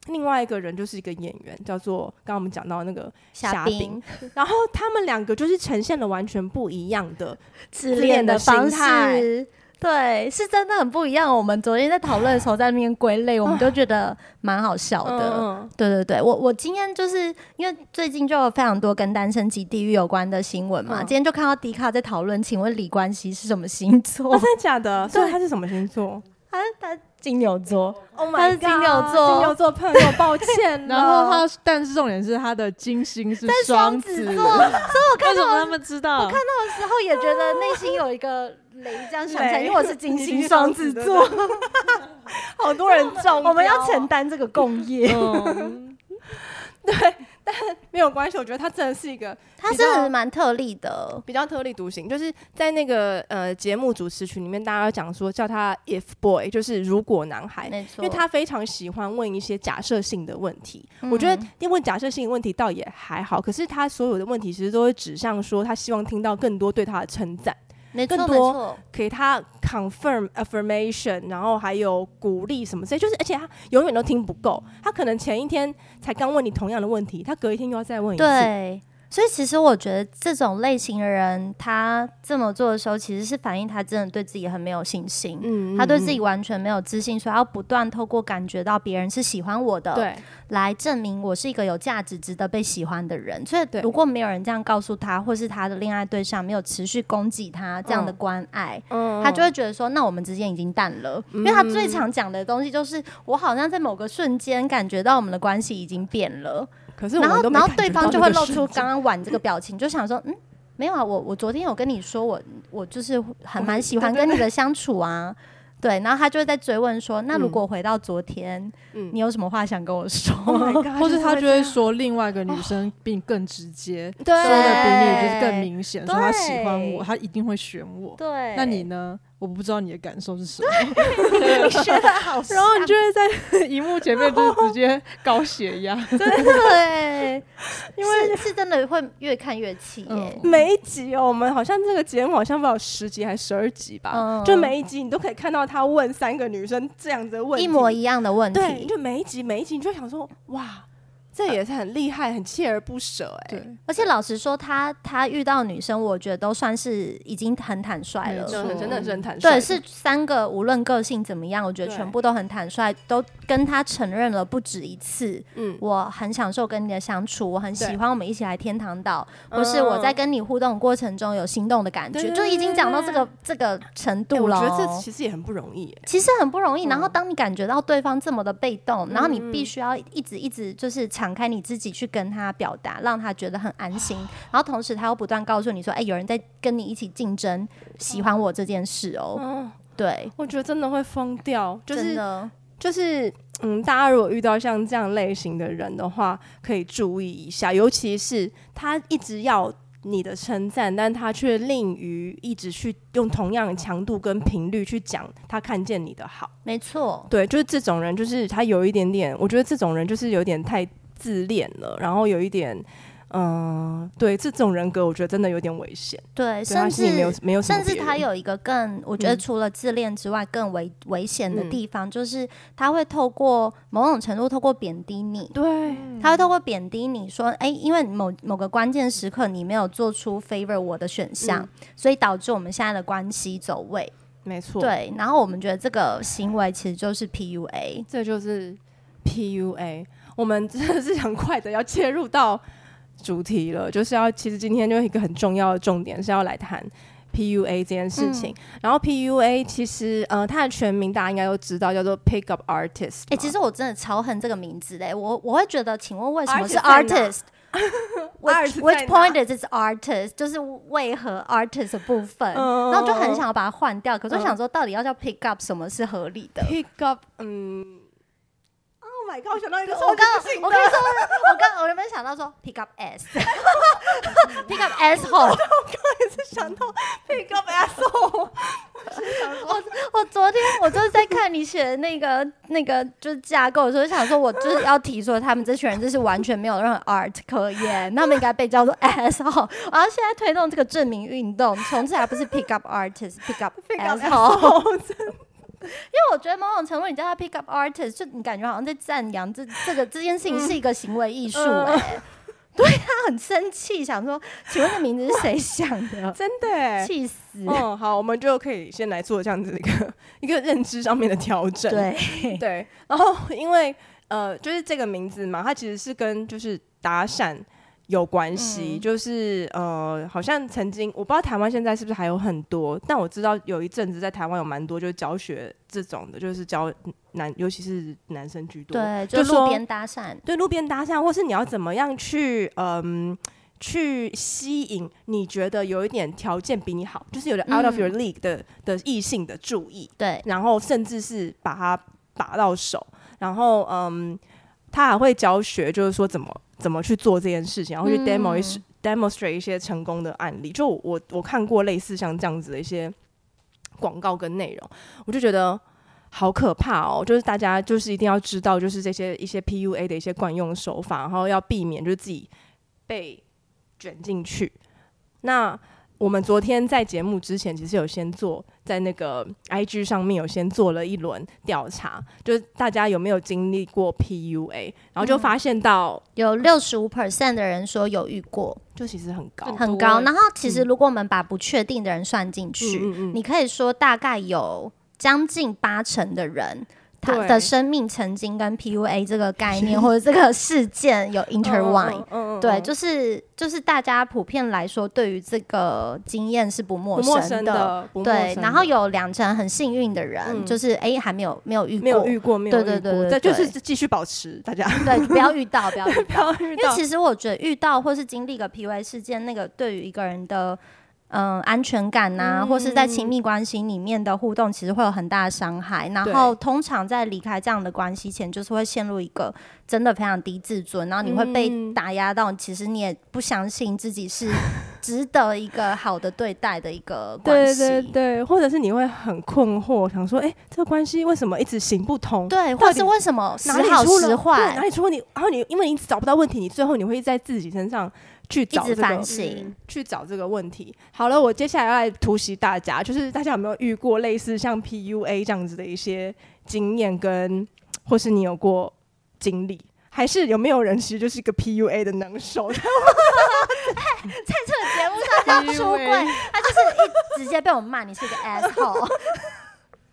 [SPEAKER 4] 另外一个人就是一个演员，叫做刚刚我们讲到那个
[SPEAKER 1] 虾
[SPEAKER 4] 虾
[SPEAKER 1] 兵
[SPEAKER 4] 兵然后他们两个就是呈现了完全不一样的
[SPEAKER 1] 自
[SPEAKER 4] 自
[SPEAKER 1] 恋
[SPEAKER 4] 恋
[SPEAKER 1] 的
[SPEAKER 4] 的
[SPEAKER 1] 方
[SPEAKER 4] 心态
[SPEAKER 1] 式。对，是真的很不一样。我们昨天在讨论的时候，在那边归类，我们就觉得蛮好笑的。
[SPEAKER 4] 嗯
[SPEAKER 1] 对对对，我我今天就是因为最近就有非常多跟单身及地狱有关的新闻嘛，
[SPEAKER 4] 嗯
[SPEAKER 1] 今天就看到迪卡在讨论，请问李冠希是什么星座
[SPEAKER 4] 哦，？真的假的？所以他是什么星座
[SPEAKER 1] 他他金牛座，
[SPEAKER 4] ？Oh
[SPEAKER 1] 他是金牛座
[SPEAKER 4] 金牛座朋友，抱歉 了。
[SPEAKER 3] 然后他，但是重点是他的金星是
[SPEAKER 1] 双
[SPEAKER 3] 双子，
[SPEAKER 1] 子座
[SPEAKER 2] 为什么他们知道？
[SPEAKER 1] 那时候也觉得内心有一个雷，这样想起来，
[SPEAKER 4] 雷
[SPEAKER 1] 因为我是金星双子座，
[SPEAKER 4] 好多人中，
[SPEAKER 1] 我们要承。
[SPEAKER 4] 哦
[SPEAKER 1] 担这个共业。
[SPEAKER 2] 嗯，
[SPEAKER 4] 没有关系，我觉得他真的是一个
[SPEAKER 1] 他真的是蛮特例的，
[SPEAKER 4] 比较特立独行，就是在那个呃节目主持群里面，大家讲说叫他 if boy，就是如果男孩。
[SPEAKER 1] 没错，
[SPEAKER 4] 哎因为他非常喜欢问一些假设性的问题，
[SPEAKER 1] 嗯
[SPEAKER 4] 我觉得因问假设性的问题倒也还好，可是他所有的问题其实都会指向说他希望听到更多对他的称赞，
[SPEAKER 1] 没
[SPEAKER 4] 更
[SPEAKER 1] 错没
[SPEAKER 4] 多
[SPEAKER 1] 错，
[SPEAKER 4] 给他 confirm affirmation，然后还有鼓励什么之类，就是而且他永远都听不够，他可能前一天才刚问你同样的问题，他隔一天又要再问一次。
[SPEAKER 1] 对。所以其实我觉得这种类型的人，他这么做的时候，其实是反映他真的对自己很没有信心，
[SPEAKER 4] 嗯，嗯
[SPEAKER 1] 他对自己完全没有自信，所以要不断透过感觉到别人是喜欢我的，
[SPEAKER 4] 对
[SPEAKER 1] 来证明我是一个有价值、值得被喜欢的人。所以
[SPEAKER 4] 对，
[SPEAKER 1] 如果没有人这样告诉他，或是他的恋爱对象没有持续供给他这样的关爱，
[SPEAKER 4] 嗯
[SPEAKER 1] 他就会觉得说，那我们之间已经淡了。因为他最常讲的东西就是，我好像在某个瞬间感觉到我们的关系已经变了，
[SPEAKER 4] 可是我
[SPEAKER 1] 然
[SPEAKER 4] 们
[SPEAKER 1] 后
[SPEAKER 4] 都没
[SPEAKER 1] 然后
[SPEAKER 4] 感觉
[SPEAKER 1] 对方
[SPEAKER 4] 到
[SPEAKER 1] 就
[SPEAKER 4] 那
[SPEAKER 1] 会
[SPEAKER 4] 个
[SPEAKER 1] 露
[SPEAKER 4] 瞬
[SPEAKER 1] 出
[SPEAKER 4] 间
[SPEAKER 1] 刚刚玩这个表情，就想说，嗯。没有啊，我我昨天有跟你说我我就是很蛮喜欢跟你的相处 啊，对，然后他就会在追问说，那如果回到昨天，
[SPEAKER 4] 嗯
[SPEAKER 1] 你有什么话想跟我说？
[SPEAKER 4] Oh my god，
[SPEAKER 3] 或是他
[SPEAKER 4] 就
[SPEAKER 3] 就会说另外一个
[SPEAKER 1] 哦
[SPEAKER 3] 女生并更直接，
[SPEAKER 1] 对，
[SPEAKER 3] 说的比你就是更明显，
[SPEAKER 1] 对
[SPEAKER 3] 说他喜欢我，他一定会选我。
[SPEAKER 1] 对，
[SPEAKER 3] 那你呢？我不知道你的感受是什么，
[SPEAKER 1] 学的好
[SPEAKER 3] 然后你就会在荧幕前面就是直接高血 压，
[SPEAKER 1] 对，因为是真的会越看越气耶
[SPEAKER 3] 嗯。
[SPEAKER 4] 每一集哦，我们好像这个节目好像不知道有十集还是十二集吧，
[SPEAKER 1] 嗯
[SPEAKER 4] 就每一集你都可以看到他问三个女生这样子的问题，
[SPEAKER 1] 一模一样的问
[SPEAKER 4] 对，
[SPEAKER 1] 题，
[SPEAKER 4] 就每一集每一集你就想说，哇，这也是很厉害，很锲而不舍哎、
[SPEAKER 3] 对，
[SPEAKER 1] 而且老实说，他他遇到女生，我觉得都算是已经很坦率
[SPEAKER 3] 没
[SPEAKER 1] 了，
[SPEAKER 3] 错
[SPEAKER 4] 就很真的是很坦率，
[SPEAKER 1] 对，是三个，无论个性怎么样，我觉得
[SPEAKER 4] 对
[SPEAKER 1] 全部都很坦率，都跟他承认了不止一次。
[SPEAKER 4] 嗯，
[SPEAKER 1] 我很享受跟你的相处，我很喜
[SPEAKER 4] 对
[SPEAKER 1] 欢我们一起来天堂岛，或是我在
[SPEAKER 4] 嗯
[SPEAKER 1] 跟你互动过程中有心动的感
[SPEAKER 4] 对
[SPEAKER 1] 觉，
[SPEAKER 4] 对
[SPEAKER 1] 就已
[SPEAKER 4] 对
[SPEAKER 1] 经
[SPEAKER 4] 对
[SPEAKER 1] 讲到这
[SPEAKER 4] 对
[SPEAKER 1] 个这个程
[SPEAKER 4] 哎
[SPEAKER 1] 度了哦。
[SPEAKER 4] 我觉得这其实也很不容易、哎
[SPEAKER 1] 其实很不容易。然后
[SPEAKER 4] 嗯
[SPEAKER 1] 当你感觉到对方这么的被动，然后你
[SPEAKER 4] 嗯
[SPEAKER 1] 必须要一直一直就是敞开你自己去跟他表达，让他觉得很安心。然后同时他又不断告诉你说：“哎、有人在跟你一起竞争，喜欢我这件事哦。
[SPEAKER 4] 嗯，
[SPEAKER 1] 对，
[SPEAKER 4] 我觉得真的会疯掉，就
[SPEAKER 1] 真
[SPEAKER 4] 是
[SPEAKER 1] 的
[SPEAKER 4] 就是。嗯，大家如果遇到像这样类型的人的话，可以注意一下，尤其是他一直要你的称赞，但他却吝于一直去用同样的强度跟频率去讲他看见你的好。
[SPEAKER 1] 没错。
[SPEAKER 4] 对，就是这种人，就是他有一点点，我觉得这种人就是有点太自恋了，然后有一点，嗯、对，这种人格我觉得真的有点危险，
[SPEAKER 1] 对，
[SPEAKER 4] 对他
[SPEAKER 1] 甚
[SPEAKER 4] 心里没有
[SPEAKER 1] 至。
[SPEAKER 4] 没有什么
[SPEAKER 1] 甚至
[SPEAKER 4] 别
[SPEAKER 1] 他
[SPEAKER 4] 人
[SPEAKER 1] 有一个更，我觉得
[SPEAKER 4] 嗯
[SPEAKER 1] 除了自恋之外更危危险的
[SPEAKER 4] 嗯
[SPEAKER 1] 地方，就是他会透过某种程度透过贬低你，
[SPEAKER 4] 对，
[SPEAKER 1] 他会透过贬低你说，哎、因为某某个关键时刻你没有做出 favor 我的选项，
[SPEAKER 4] 嗯
[SPEAKER 1] 所以导致我们现在的关系走位。
[SPEAKER 4] 没错，，
[SPEAKER 1] 对，然后我们觉得这个行为其实就是 PUA。
[SPEAKER 4] 这就是 PUA。我们真的是很快的要切入到主题了，就是要其实今天就一个很重要的重点是要来谈 PUA 这件事情。然后 PUA 其实呃，它的全名大家应该都知道，叫做 Pick Up Artist 嘛。
[SPEAKER 1] 哎、其实我真的超恨这个名字嘞，我我会觉得，请问为什么是
[SPEAKER 4] Artist 在哪
[SPEAKER 1] artist？Which
[SPEAKER 4] Art
[SPEAKER 1] which
[SPEAKER 4] 在哪
[SPEAKER 1] point is it artist？就是为何 artist 的部分，
[SPEAKER 4] 嗯
[SPEAKER 1] 然后就很想要把它换掉。可是我
[SPEAKER 4] 嗯
[SPEAKER 1] 想说，到底要叫 pick up 什么是合理的？
[SPEAKER 4] Pick Up，嗯，Oh my god，我想到一个
[SPEAKER 1] 我
[SPEAKER 4] 超级
[SPEAKER 1] 刚
[SPEAKER 4] 不行
[SPEAKER 1] 我
[SPEAKER 4] 的
[SPEAKER 1] 跟你说，我刚我原本想到说 pick up ass，pick up asshole。
[SPEAKER 4] 想到 Pick Up Asshole，
[SPEAKER 1] 我昨天我就是在看你写的那个那个就是架构的时候，想说我就是要提说他们这群人就是完全没有任何 art 可言，他们应该被叫做 asshole。然后现在推动这个证明运动，从此还不是 pick up artist，pick up
[SPEAKER 4] Pick Up
[SPEAKER 1] asshole。
[SPEAKER 4] Asshole，
[SPEAKER 1] 因为我觉得某种程度你叫他 pick up artist，就你感觉好像在赞扬这这个这件事情是一个行为艺术
[SPEAKER 4] 嗯
[SPEAKER 1] 哎。对他很生气，想说，请问这名字是谁想 的？
[SPEAKER 4] 真的欸。
[SPEAKER 1] 气死！
[SPEAKER 4] 嗯，好，我们就可以先来做这样子的一个一个认知上面的调整。
[SPEAKER 1] 对，
[SPEAKER 4] 对，然后因为呃，就是这个名字嘛，它其实是跟就是搭讪有关系，
[SPEAKER 1] 嗯
[SPEAKER 4] 就是呃，好像曾经我不知道台湾现在是不是还有很多，但我知道有一阵子在台湾有蛮多就是教学这种的，就是教男，尤其是男生居多。
[SPEAKER 1] 对，
[SPEAKER 4] 就
[SPEAKER 1] 就
[SPEAKER 4] 说
[SPEAKER 1] 路边搭讪，
[SPEAKER 4] 对路边搭讪，或是你要怎么样去嗯。去吸引你觉得有一点条件比你好，就是有点 out of your
[SPEAKER 1] 嗯
[SPEAKER 4] league 的、的异性的注意，
[SPEAKER 1] 对，
[SPEAKER 4] 然后甚至是把它把到手，然后嗯，他还会教学，就是说怎么怎么去做这件事情，然后去 demo 一、
[SPEAKER 1] 嗯
[SPEAKER 4] demonstrate 一些成功的案例。就我我看过类似像这样子的一些广告跟内容，我就觉得。好可怕哦！就是大家就是一定要知道，就是这些一些 PUA 的一些惯用手法，然后要避免就是自己被卷进去。那我们昨天在节目之前，其实有先做在那个 IG 上面有先做了一轮调查，就是大家有没有经历过 PUA，然后就发现到
[SPEAKER 1] 有六十五 percent 的人说有遇过，
[SPEAKER 4] 就其实嗯很高，
[SPEAKER 2] 很
[SPEAKER 1] 很
[SPEAKER 2] 多
[SPEAKER 1] 高。
[SPEAKER 2] 欸
[SPEAKER 1] 然后其实如果我们把不确定的人算进去，
[SPEAKER 4] 嗯嗯嗯
[SPEAKER 1] 你可以说大概有将近八成的人。他
[SPEAKER 4] 对
[SPEAKER 1] 的生命曾经跟 PUA 这个概 念或者这个事件有 intertwine，、
[SPEAKER 4] 嗯
[SPEAKER 1] 对，就是就是大家普遍来说对于这个经验是不
[SPEAKER 4] 不
[SPEAKER 1] 陌
[SPEAKER 4] 陌
[SPEAKER 1] 生
[SPEAKER 4] 生
[SPEAKER 1] 的，
[SPEAKER 4] 的，不陌
[SPEAKER 1] 对
[SPEAKER 4] 生。的
[SPEAKER 1] 然后有两成很幸运的人，
[SPEAKER 4] 嗯
[SPEAKER 1] 就是哎、还没有没有遇过，
[SPEAKER 4] 没有遇过，没有遇
[SPEAKER 1] 对
[SPEAKER 4] 过，
[SPEAKER 1] 对对对
[SPEAKER 4] 这就
[SPEAKER 1] 对
[SPEAKER 4] 是继续保持大家
[SPEAKER 1] 对，不要遇到，不要遇到
[SPEAKER 4] 不要遇
[SPEAKER 1] 因为
[SPEAKER 4] 到。
[SPEAKER 1] 其实我觉得遇到或是经历个 PUA 事件，那个对于一个人的嗯、呃安全感呐、或是在亲
[SPEAKER 4] 嗯
[SPEAKER 1] 密关系里面的互动，其实会有很大的伤害。然后通常在离开这样的关系前，就是会陷入一个真的非常低自尊，然后你会被
[SPEAKER 4] 嗯
[SPEAKER 1] 打压到，其实你也不相信自己 是值得一个好的对待的一个关
[SPEAKER 4] 对
[SPEAKER 1] 系。
[SPEAKER 4] 对对，或者是你会很困惑，想说，哎、这个关系为什么一直行不通？
[SPEAKER 1] 对，
[SPEAKER 4] 到
[SPEAKER 1] 或
[SPEAKER 4] 底
[SPEAKER 1] 是为什么时
[SPEAKER 4] 哪里
[SPEAKER 1] 好
[SPEAKER 4] 出
[SPEAKER 1] 时
[SPEAKER 4] 了对
[SPEAKER 1] 坏
[SPEAKER 4] 哪，里出了你？然后你因为你一直找不到问题，你最后你会在自己身上去
[SPEAKER 1] 一
[SPEAKER 4] 找
[SPEAKER 1] 直
[SPEAKER 4] 这
[SPEAKER 1] 反
[SPEAKER 4] 个
[SPEAKER 1] 省。
[SPEAKER 4] 去找这个问题。好了，我接下来要来突袭大家，就是大家有没有遇过类似像 PUA 这样子的一些经验跟，或是你有过经历？还是有没有人其实就是一个 PUA 的能手？
[SPEAKER 1] 哎在这个节目上当出
[SPEAKER 3] PUA
[SPEAKER 1] 柜，他就是一直接被我骂你是个 asshole，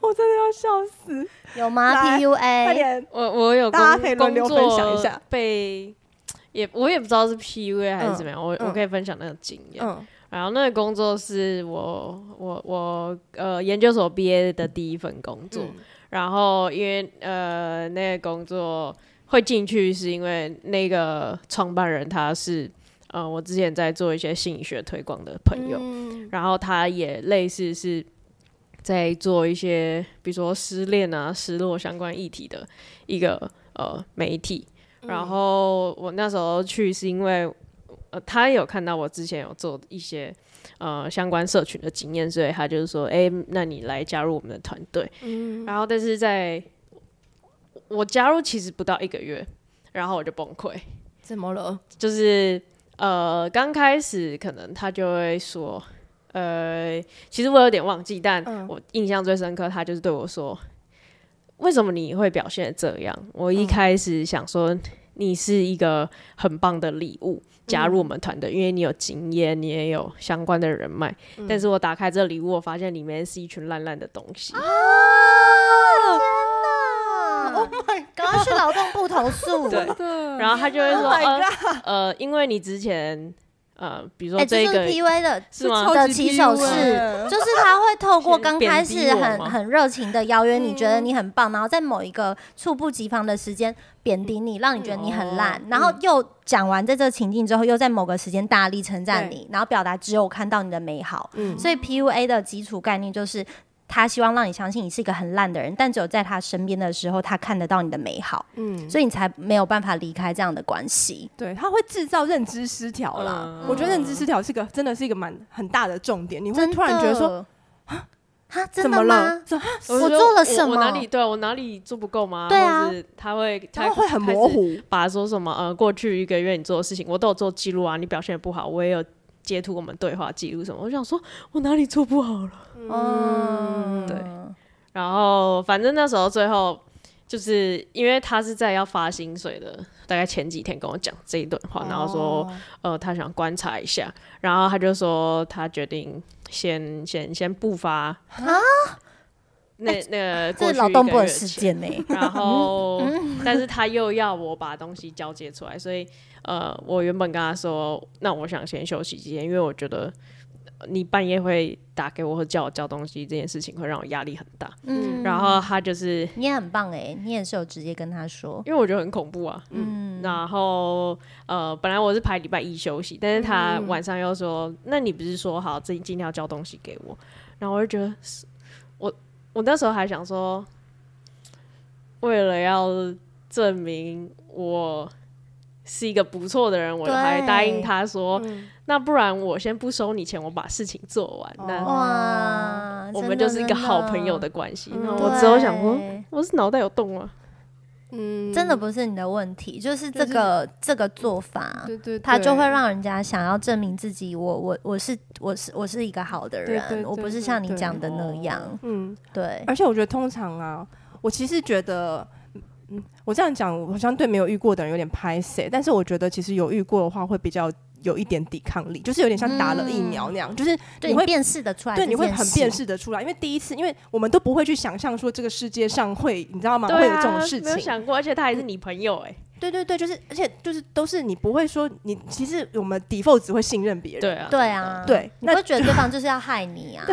[SPEAKER 4] 我真的要笑死！
[SPEAKER 1] 有吗
[SPEAKER 4] 来快
[SPEAKER 1] ？PUA
[SPEAKER 4] 点，
[SPEAKER 2] 我我有工
[SPEAKER 4] 大家可以轮流
[SPEAKER 2] 工作
[SPEAKER 4] 分享一下
[SPEAKER 2] 被也我也不知道是 PUA 还是怎么样，我
[SPEAKER 4] 嗯
[SPEAKER 2] 我可以分享那个经验。
[SPEAKER 4] 嗯，
[SPEAKER 2] 然后那个工作是我我我呃研究所毕业的第一份工作，
[SPEAKER 4] 嗯
[SPEAKER 2] 然后因为呃那个工作会进去是因为那个创办人他是呃我之前在做一些心理学推广的朋友，
[SPEAKER 4] 嗯
[SPEAKER 2] 然后他也类似是在做一些比如说失恋啊、失落相关议题的一个呃媒体。然后我那时候去是因为呃他有看到我之前有做一些呃相关社群的经验，所以他就是说，哎、那你来加入我们的团队。然后但是在我加入其实不到一个月，然后我就崩溃。
[SPEAKER 4] 怎么了？
[SPEAKER 2] 就是呃，刚开始可能他就会说，呃，其实我有点忘记，但
[SPEAKER 1] 嗯
[SPEAKER 2] 我印象最深刻，他就是对我说，为什么你会表现得这样？我一开始想说。你是一个很棒的礼物，
[SPEAKER 1] 嗯
[SPEAKER 2] 加入我们团队，因为你有经验，你也有相关的人脉。
[SPEAKER 1] 嗯
[SPEAKER 2] 但是我打开这礼物，我发现里面是一群烂烂的东西。
[SPEAKER 4] 哦
[SPEAKER 1] 啊，Oh my god！赶快去劳动部投诉。
[SPEAKER 2] 对，
[SPEAKER 1] 嗯
[SPEAKER 3] 对，
[SPEAKER 2] 然后他就会
[SPEAKER 4] Oh
[SPEAKER 2] 说，
[SPEAKER 4] my
[SPEAKER 2] 呃
[SPEAKER 4] god！
[SPEAKER 2] 呃，因为你之前呃，比如
[SPEAKER 1] 哎，
[SPEAKER 2] 说
[SPEAKER 1] 这就
[SPEAKER 2] 这
[SPEAKER 1] 是
[SPEAKER 2] 个
[SPEAKER 1] PUA 的
[SPEAKER 2] 是吗？
[SPEAKER 3] 超
[SPEAKER 1] 的
[SPEAKER 3] 级
[SPEAKER 1] 起手
[SPEAKER 3] PUA
[SPEAKER 1] 式， 就是他会透过
[SPEAKER 2] 先
[SPEAKER 1] 刚
[SPEAKER 2] 贬
[SPEAKER 1] 开
[SPEAKER 2] 低
[SPEAKER 1] 始
[SPEAKER 2] 我
[SPEAKER 1] 很
[SPEAKER 2] 吗
[SPEAKER 1] 很热情的邀约，你觉得你很
[SPEAKER 4] 嗯
[SPEAKER 1] 棒，然后在某一个猝不及防的时间贬低你，让你觉得你很烂，
[SPEAKER 4] 嗯
[SPEAKER 1] 然后又讲完在这个情境之后，又在某个时间大力称赞
[SPEAKER 4] 对
[SPEAKER 1] 你，然后表达只有我看到你的美好。
[SPEAKER 4] 嗯
[SPEAKER 1] 所以 PUA 的基础概念就是。他希望让你相信你是一个很烂的人，但只有在他身边的时候，他看得到你的美好，
[SPEAKER 4] 嗯，
[SPEAKER 1] 所以你才没有办法离开这样的关系。
[SPEAKER 4] 对，它会制造认知失调啦。
[SPEAKER 2] 嗯
[SPEAKER 4] 我觉得认知失调是个真的是一个蛮很大的重点，你会突然觉得 说，
[SPEAKER 1] 啊，
[SPEAKER 4] 怎
[SPEAKER 1] 真
[SPEAKER 4] 么
[SPEAKER 1] 的
[SPEAKER 4] 了
[SPEAKER 1] 吗？？
[SPEAKER 4] 怎么啊
[SPEAKER 2] 就
[SPEAKER 1] 我
[SPEAKER 2] 说
[SPEAKER 1] 做了什
[SPEAKER 2] 我哪
[SPEAKER 1] 么
[SPEAKER 2] 里对啊我哪里做不够吗？
[SPEAKER 1] 对啊
[SPEAKER 2] 或是他会
[SPEAKER 4] 然后会很模，
[SPEAKER 2] 开始
[SPEAKER 4] 糊，
[SPEAKER 2] 把说什么呃过去一个月你做的事情，我都有做记录啊，你表现的不好，我也有截图我们对话记录什么。我想说我哪里做不好了？
[SPEAKER 1] 嗯，
[SPEAKER 2] 对然后反正那时候最后就是因为他是在要发薪水的，大概前几天跟我讲这一段话，然后说、
[SPEAKER 1] 哦
[SPEAKER 2] 呃他想观察一下，然后他就说他决定先先先不发啊。那那
[SPEAKER 1] 哎这
[SPEAKER 2] 过
[SPEAKER 1] 是
[SPEAKER 2] 去
[SPEAKER 1] 劳
[SPEAKER 2] 一
[SPEAKER 1] 动
[SPEAKER 2] 个
[SPEAKER 1] 部的
[SPEAKER 2] 月
[SPEAKER 1] 事
[SPEAKER 2] 前
[SPEAKER 1] 件呢、
[SPEAKER 2] 然后，但是他又要我把东西交接出来，所以呃，我原本跟他说，那我想先休息几天，因为我觉得呃你半夜会打给我或叫我交东西这件事情会让我压力很大。
[SPEAKER 1] 嗯，
[SPEAKER 2] 然后他就是
[SPEAKER 1] 你也很棒哎、你也是有直接跟他说，
[SPEAKER 2] 因为我觉得很恐怖啊，
[SPEAKER 1] 嗯，
[SPEAKER 2] 然后呃，本来我是排礼拜一休息，但是他晚上又说，那你不是说好今今天要交东西给我？然后我就觉得是，我我那时候还想说，为了要证明我是一个不错的人，我
[SPEAKER 1] 对
[SPEAKER 2] 还答应他说，那不然我先不收你钱，我把事情做完。那
[SPEAKER 1] 哇，
[SPEAKER 2] 哦我们
[SPEAKER 1] 哦真
[SPEAKER 2] 就
[SPEAKER 1] 的
[SPEAKER 2] 是一个好朋友，的关系。那我
[SPEAKER 1] 真
[SPEAKER 2] 之后想说，
[SPEAKER 1] 对
[SPEAKER 2] 我是脑袋有洞吗？
[SPEAKER 4] 嗯
[SPEAKER 1] 真的不是你的问题，就是这个、这个做法，
[SPEAKER 3] 对对，
[SPEAKER 1] 他就
[SPEAKER 3] 对
[SPEAKER 1] 会让人家想要证明自己我，我我是我是我是一个好的
[SPEAKER 3] 对
[SPEAKER 1] 人，
[SPEAKER 3] 对
[SPEAKER 1] 我不
[SPEAKER 3] 对
[SPEAKER 1] 是
[SPEAKER 3] 对
[SPEAKER 1] 像你
[SPEAKER 3] 对
[SPEAKER 1] 讲的那样，
[SPEAKER 4] 嗯，
[SPEAKER 1] 对，
[SPEAKER 4] 而且我觉得通常啊，我其实觉得，嗯，我这样讲，我好像对没有遇过的人有点拍谁，但是我觉得其实有遇过的话，会比较有一点抵抗力，就是有点像打了疫
[SPEAKER 3] 嗯
[SPEAKER 4] 苗那样，就是
[SPEAKER 1] 对
[SPEAKER 4] 你
[SPEAKER 1] 你
[SPEAKER 4] 会
[SPEAKER 1] 辨识得出来，
[SPEAKER 4] 对，你会很辨。识的出来，因为第一次，因为我们都不会去想象说这个世界上会，你知道吗？会
[SPEAKER 2] 对
[SPEAKER 4] 有
[SPEAKER 2] 啊，
[SPEAKER 4] 这种事
[SPEAKER 2] 没有
[SPEAKER 4] 情。
[SPEAKER 2] 想过，而且他还是
[SPEAKER 1] 嗯
[SPEAKER 2] 你朋友哎、
[SPEAKER 4] 对对对，就是，而且就是都是你不会说你，其实我们 default 只会信任别人。
[SPEAKER 2] 对啊，
[SPEAKER 1] 对啊，
[SPEAKER 4] 对
[SPEAKER 1] 你
[SPEAKER 4] 那
[SPEAKER 1] 会觉得对方就是要害你啊，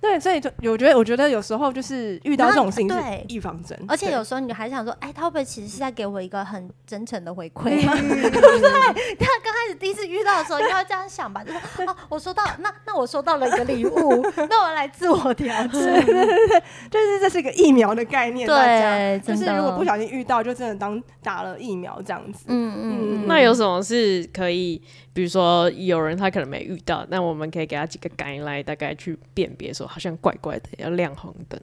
[SPEAKER 4] 对，所以就我觉得，我觉得有时候就是遇到
[SPEAKER 1] 然
[SPEAKER 4] 这
[SPEAKER 1] 后
[SPEAKER 4] 种事情是
[SPEAKER 1] 对
[SPEAKER 4] 预防针，
[SPEAKER 1] 而且
[SPEAKER 4] 嗯对
[SPEAKER 1] 有时候你还想说，哎，他会不会其实是在给我一个很真诚的回馈？
[SPEAKER 4] 嗯
[SPEAKER 1] 对，他刚开始第一次遇到的时候，应该会这样想吧，就是 哦，我收到，那那我收到了一个礼物， 那我来自我 调整。
[SPEAKER 4] 就是这是一个疫苗的概念，大家
[SPEAKER 1] 对，
[SPEAKER 4] 就
[SPEAKER 1] 真
[SPEAKER 4] 是
[SPEAKER 1] 的
[SPEAKER 4] 如果不小心遇到，就真的当打了疫苗这样子。
[SPEAKER 1] 嗯嗯嗯，
[SPEAKER 2] 那有什么是可以，比如说有人他可能没遇到，那我们可以给他几个 guideline，大概去辨别说好像怪怪的，要亮红灯。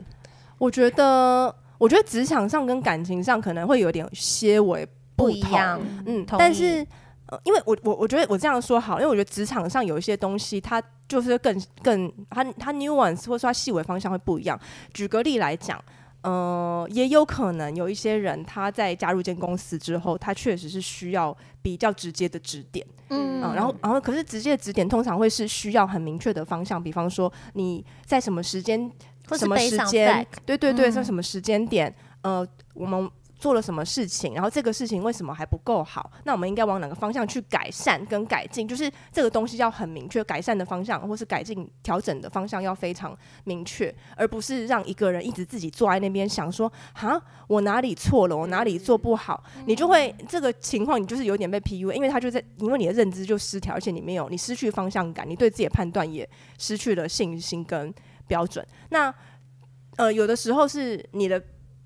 [SPEAKER 4] 我觉得，我觉得职场上跟感情上可能会有点些微
[SPEAKER 1] 不
[SPEAKER 4] 不
[SPEAKER 1] 一
[SPEAKER 4] 同
[SPEAKER 1] 样，
[SPEAKER 4] 嗯，
[SPEAKER 1] 同
[SPEAKER 4] 但
[SPEAKER 1] 意
[SPEAKER 4] 是、呃、因为我我我觉得我这样说好，因为我觉得职场上有一些东西，它就是更更它它 nuance 或者说它细微方向会不一样。举个例来讲。呃，也有可能有一些人，他在加入一间公司之后，他确实是需要比较直接的指点，
[SPEAKER 1] 嗯
[SPEAKER 4] 嗯，然后然后可是直接的指点通常会是需要很明确的方向，比方说你在什么时间
[SPEAKER 1] 或是
[SPEAKER 4] 什么
[SPEAKER 1] 悲
[SPEAKER 4] 时
[SPEAKER 1] 伤
[SPEAKER 4] 间
[SPEAKER 1] sack，
[SPEAKER 4] 对对对，在
[SPEAKER 1] 嗯
[SPEAKER 4] 什么时间点，呃，我们做了什么事情，然后这个事情为什么还不够好？那我们应该往哪个方向去改善跟改进？就是这个东西要很明确，改善的方向或是改进调整的方向要非常明确，而不是让一个人一直自己坐在那边想说，哈，我哪里错了，我哪里做不好，你就会这个情况，你就是有点被 PU，因为他就在因为你的认知就失调，而且你没有，你失去方向感，你对自己的判断也失去了信心跟标准。那呃，有的时候是你的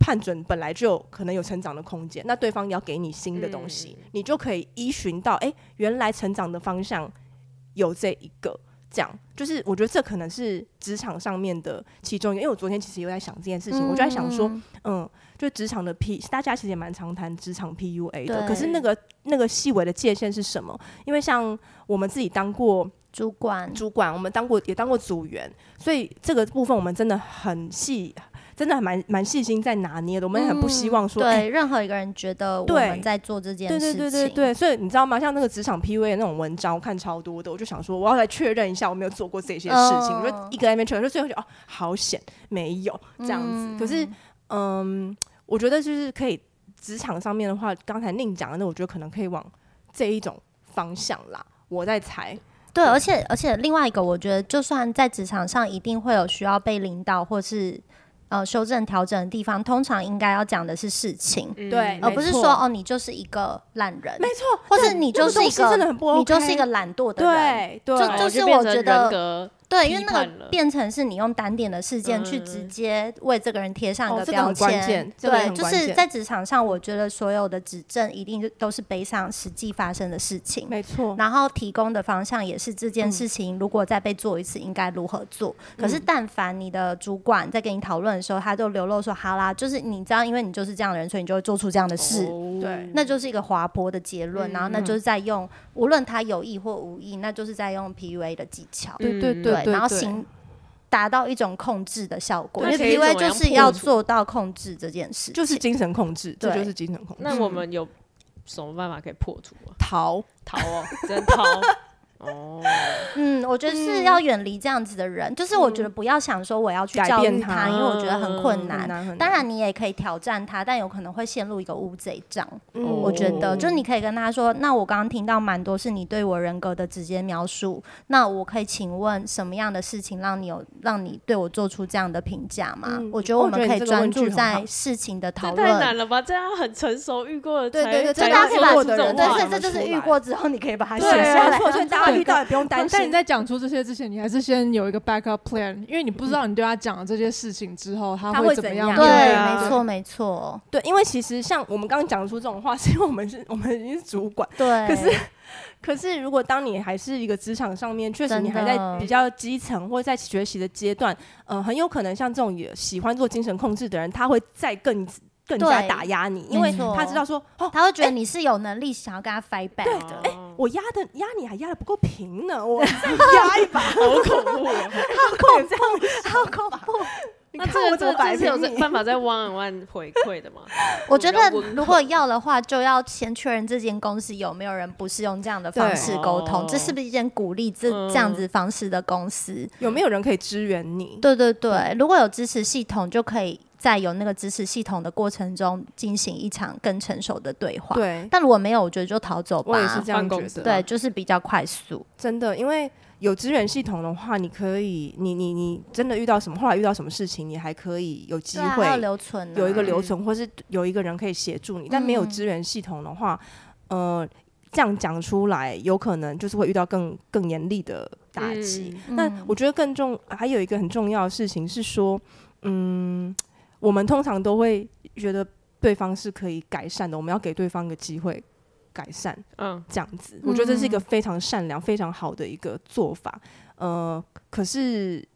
[SPEAKER 4] 判准本来就可能有成长的空间，那对方也要给你新的东西，你就可以依循到，哎、原来成长的方向有这一个。这样就是，我觉得这可能是职场上面的其中一个。因为我昨天其实有在想这件事情，我就在想说，嗯，就职场的 P，大家其实也蛮常谈职场 PUA 的，
[SPEAKER 1] 对
[SPEAKER 4] 可是那个那个细微的界限是什么？因为像我们自己当过
[SPEAKER 1] 主管，
[SPEAKER 4] 主管，我们当过也当过组员，所以这个部分我们真的很细，真的蛮蛮细心在拿捏的。我们也很不希望说，哎
[SPEAKER 1] 嗯对任何一个人觉得我
[SPEAKER 4] 对
[SPEAKER 1] 们在做这件
[SPEAKER 4] 对
[SPEAKER 1] 事
[SPEAKER 4] 对
[SPEAKER 1] 情，
[SPEAKER 4] 对对对，所以你知道吗？像那个职场 PUA 的那种文章，我看超多的，我就想说，我要来确认一下我没有做过这些事情。
[SPEAKER 1] 嗯
[SPEAKER 4] 我就一个在那边确认，就最后就哦，好险没有这样子。可是，嗯，我觉得就是可以职场上面的话，刚才宁讲的那，我觉得可能可以往这一种方向啦。我在猜，
[SPEAKER 1] 对，而且而且另外一个，我觉得就算在职场上，一定会有需要被领导或是呃修正调整的地方，通常应该要讲的是事情，
[SPEAKER 2] 嗯
[SPEAKER 4] 对
[SPEAKER 1] 而
[SPEAKER 4] 没
[SPEAKER 1] 不是
[SPEAKER 4] 错
[SPEAKER 1] 说哦你就是一个烂人，
[SPEAKER 4] 没错，
[SPEAKER 1] 或
[SPEAKER 4] 那
[SPEAKER 1] 是你
[SPEAKER 4] 那个
[SPEAKER 1] 就是一
[SPEAKER 4] 东西
[SPEAKER 1] 个
[SPEAKER 4] 真的很不 OK，
[SPEAKER 1] 你就是一个懒惰的人。
[SPEAKER 4] 对对，
[SPEAKER 1] 就就是
[SPEAKER 2] 哦变
[SPEAKER 1] 我
[SPEAKER 2] 成
[SPEAKER 1] 觉得
[SPEAKER 2] 人格
[SPEAKER 1] 对，因为
[SPEAKER 2] 批
[SPEAKER 1] 那
[SPEAKER 2] 判
[SPEAKER 1] 个
[SPEAKER 2] 了
[SPEAKER 1] 变成是你用单点的事件去直
[SPEAKER 2] 嗯
[SPEAKER 1] 接为这个人贴上一
[SPEAKER 4] 哦
[SPEAKER 1] 个
[SPEAKER 4] 这个很
[SPEAKER 1] 标
[SPEAKER 4] 关
[SPEAKER 1] 签
[SPEAKER 4] 键。这个也
[SPEAKER 1] 对，
[SPEAKER 4] 很
[SPEAKER 1] 就
[SPEAKER 4] 关
[SPEAKER 1] 是
[SPEAKER 4] 键
[SPEAKER 1] 在职场上，我觉得所有的指正一定就都是背上实际发生的事情。
[SPEAKER 4] 没错，
[SPEAKER 1] 然后提供的方向也是这件
[SPEAKER 2] 嗯
[SPEAKER 1] 事情，如果再被做一次，应该如何做？可是，但凡你的主管在跟你讨论的时候，他就流露说：“好啦，就是你知道，因为你就是这样的人，所以你就会做出这样的事。
[SPEAKER 2] 哦嗯
[SPEAKER 4] 对
[SPEAKER 1] 那就是一个滑坡的结论，然后那就是在用，无论他有意或无意，那就是在用 PUA 的技巧，
[SPEAKER 3] 对对
[SPEAKER 2] 嗯
[SPEAKER 3] 对
[SPEAKER 1] 然后行达到一种控制的效果，
[SPEAKER 2] 那
[SPEAKER 1] 因
[SPEAKER 2] 可以
[SPEAKER 1] 为 PUA
[SPEAKER 2] 怎么
[SPEAKER 1] 就
[SPEAKER 2] 样
[SPEAKER 1] 是
[SPEAKER 2] 破
[SPEAKER 1] 要
[SPEAKER 2] 除
[SPEAKER 1] 做到控制这件事情，
[SPEAKER 4] 就是精神控制，这
[SPEAKER 1] 对
[SPEAKER 4] 就是精神控
[SPEAKER 1] 嗯
[SPEAKER 4] 制。
[SPEAKER 2] 那我们有什么办法可以破除 啊？
[SPEAKER 4] 逃，
[SPEAKER 2] 逃哦，真 逃哦，
[SPEAKER 1] 嗯，我觉得是要远离这样子的人，就是我觉得不要想说我要去
[SPEAKER 4] 嗯改
[SPEAKER 1] 教
[SPEAKER 4] 变
[SPEAKER 1] 育
[SPEAKER 4] 他嗯
[SPEAKER 1] 因为我觉得很困难
[SPEAKER 4] 很。难很难。
[SPEAKER 1] 当然，你也可以挑战他，但有可能会陷入一个乌贼账。
[SPEAKER 4] 嗯，
[SPEAKER 1] 我觉得，
[SPEAKER 2] 哦
[SPEAKER 1] 就是你可以跟他说：“那我刚刚听到蛮多是你对我人格的直接描述，那我可以请问什么样的事情让你有让你对我做出这样的评价吗？”
[SPEAKER 4] 嗯
[SPEAKER 1] 我觉得
[SPEAKER 4] 我
[SPEAKER 1] 我
[SPEAKER 4] 觉
[SPEAKER 1] 们
[SPEAKER 4] 得
[SPEAKER 1] 可以
[SPEAKER 4] 你这个
[SPEAKER 1] 专
[SPEAKER 4] 问句
[SPEAKER 1] 注
[SPEAKER 4] 很
[SPEAKER 1] 在
[SPEAKER 4] 好
[SPEAKER 1] 事情的讨
[SPEAKER 2] 这太难
[SPEAKER 1] 论。
[SPEAKER 2] 了吧？这样很成熟遇过的
[SPEAKER 1] 对
[SPEAKER 2] 才
[SPEAKER 1] 对对，
[SPEAKER 2] 才
[SPEAKER 1] 这大家可以
[SPEAKER 2] 说
[SPEAKER 1] 把
[SPEAKER 2] 出
[SPEAKER 1] 我
[SPEAKER 2] 这种
[SPEAKER 1] 对，
[SPEAKER 2] 话
[SPEAKER 1] 所
[SPEAKER 4] 话
[SPEAKER 1] 以这就是
[SPEAKER 4] 出
[SPEAKER 1] 遇
[SPEAKER 4] 来
[SPEAKER 1] 过之后，你可以把它写
[SPEAKER 4] 对
[SPEAKER 3] 对
[SPEAKER 2] 啊
[SPEAKER 1] 下
[SPEAKER 4] 没
[SPEAKER 1] 来。
[SPEAKER 4] 错，所以大家遇到也不用担
[SPEAKER 3] 但
[SPEAKER 4] 心
[SPEAKER 3] 但你。在讲出这些之前，你还是先有一个 backup plan，因为你不知
[SPEAKER 1] 嗯
[SPEAKER 3] 道你对他讲了这些事情之后，他
[SPEAKER 4] 他
[SPEAKER 3] 会
[SPEAKER 4] 会
[SPEAKER 3] 怎么
[SPEAKER 4] 怎
[SPEAKER 3] 样
[SPEAKER 4] 样
[SPEAKER 3] 面
[SPEAKER 1] 对，
[SPEAKER 3] 对
[SPEAKER 2] 啊
[SPEAKER 1] 没错，没错，
[SPEAKER 4] 对，因为其实像我们刚刚讲出这种话，是因为我们是我们已经是主管。
[SPEAKER 1] 对。
[SPEAKER 4] 可是可是，如果当你还是一个职场上面，确实
[SPEAKER 1] 真的
[SPEAKER 4] 你还在比较基层或者在学习的阶段，呃，很有可能像这种也喜欢做精神控制的人，他会再更更加
[SPEAKER 1] 对
[SPEAKER 4] 打压你，因为
[SPEAKER 1] 没错
[SPEAKER 4] 他知道说哦，
[SPEAKER 1] 他会觉得你是有能力想要跟他 fight back 的。
[SPEAKER 2] 哎、
[SPEAKER 4] 我压的压你还压的不够平呢， 我再压一把，
[SPEAKER 2] 好恐怖、哦！
[SPEAKER 4] 好恐怖，哎好恐怖！你
[SPEAKER 2] 那
[SPEAKER 4] 看
[SPEAKER 2] 这个
[SPEAKER 4] 我
[SPEAKER 2] 这
[SPEAKER 4] 怎么
[SPEAKER 2] 个
[SPEAKER 4] 摆
[SPEAKER 2] 这是
[SPEAKER 4] 平
[SPEAKER 2] 有在
[SPEAKER 4] 你？
[SPEAKER 2] 办法在 one on one 回馈的 吗？
[SPEAKER 1] 我觉得
[SPEAKER 2] 比较温和
[SPEAKER 1] 如果要的话，就要先确认这间公司有没有人不是用这样的方式沟通
[SPEAKER 2] 对，
[SPEAKER 1] 这是不是一间鼓励这、
[SPEAKER 2] 嗯
[SPEAKER 1] 这样子方式的公司？
[SPEAKER 4] 有没有人可以支援你？
[SPEAKER 1] 对对
[SPEAKER 4] 嗯
[SPEAKER 1] 对，如果有支持系统，就可以在有那个支持系统的过程中进行一场更成熟的对话。
[SPEAKER 4] 对，
[SPEAKER 1] 但如果没有，我觉得就逃走吧。
[SPEAKER 4] 我也是这样觉得。
[SPEAKER 1] 对，，就是比较快速。
[SPEAKER 4] 真的，因为有支援系统的话，你可以，你你你真的遇到什么，后来遇到什么事情，你还可以有机
[SPEAKER 1] 对啊，
[SPEAKER 4] 会
[SPEAKER 1] 还有留嗯存、啊，
[SPEAKER 4] 有一个留存，或是有一个人可以协助你。但没有支援系统的话，呃，这样讲出来，有可能就是会遇到更更严厉的打击。
[SPEAKER 1] 嗯
[SPEAKER 4] 那我觉得更重，还有一个很重要的事情是说，嗯，我们通常都会觉得对方是可以改善的，我们要给对方一个机会改善，
[SPEAKER 2] 嗯，
[SPEAKER 4] 这样子，我觉得这是一个非常善良、非常好的一个做法。呃，可是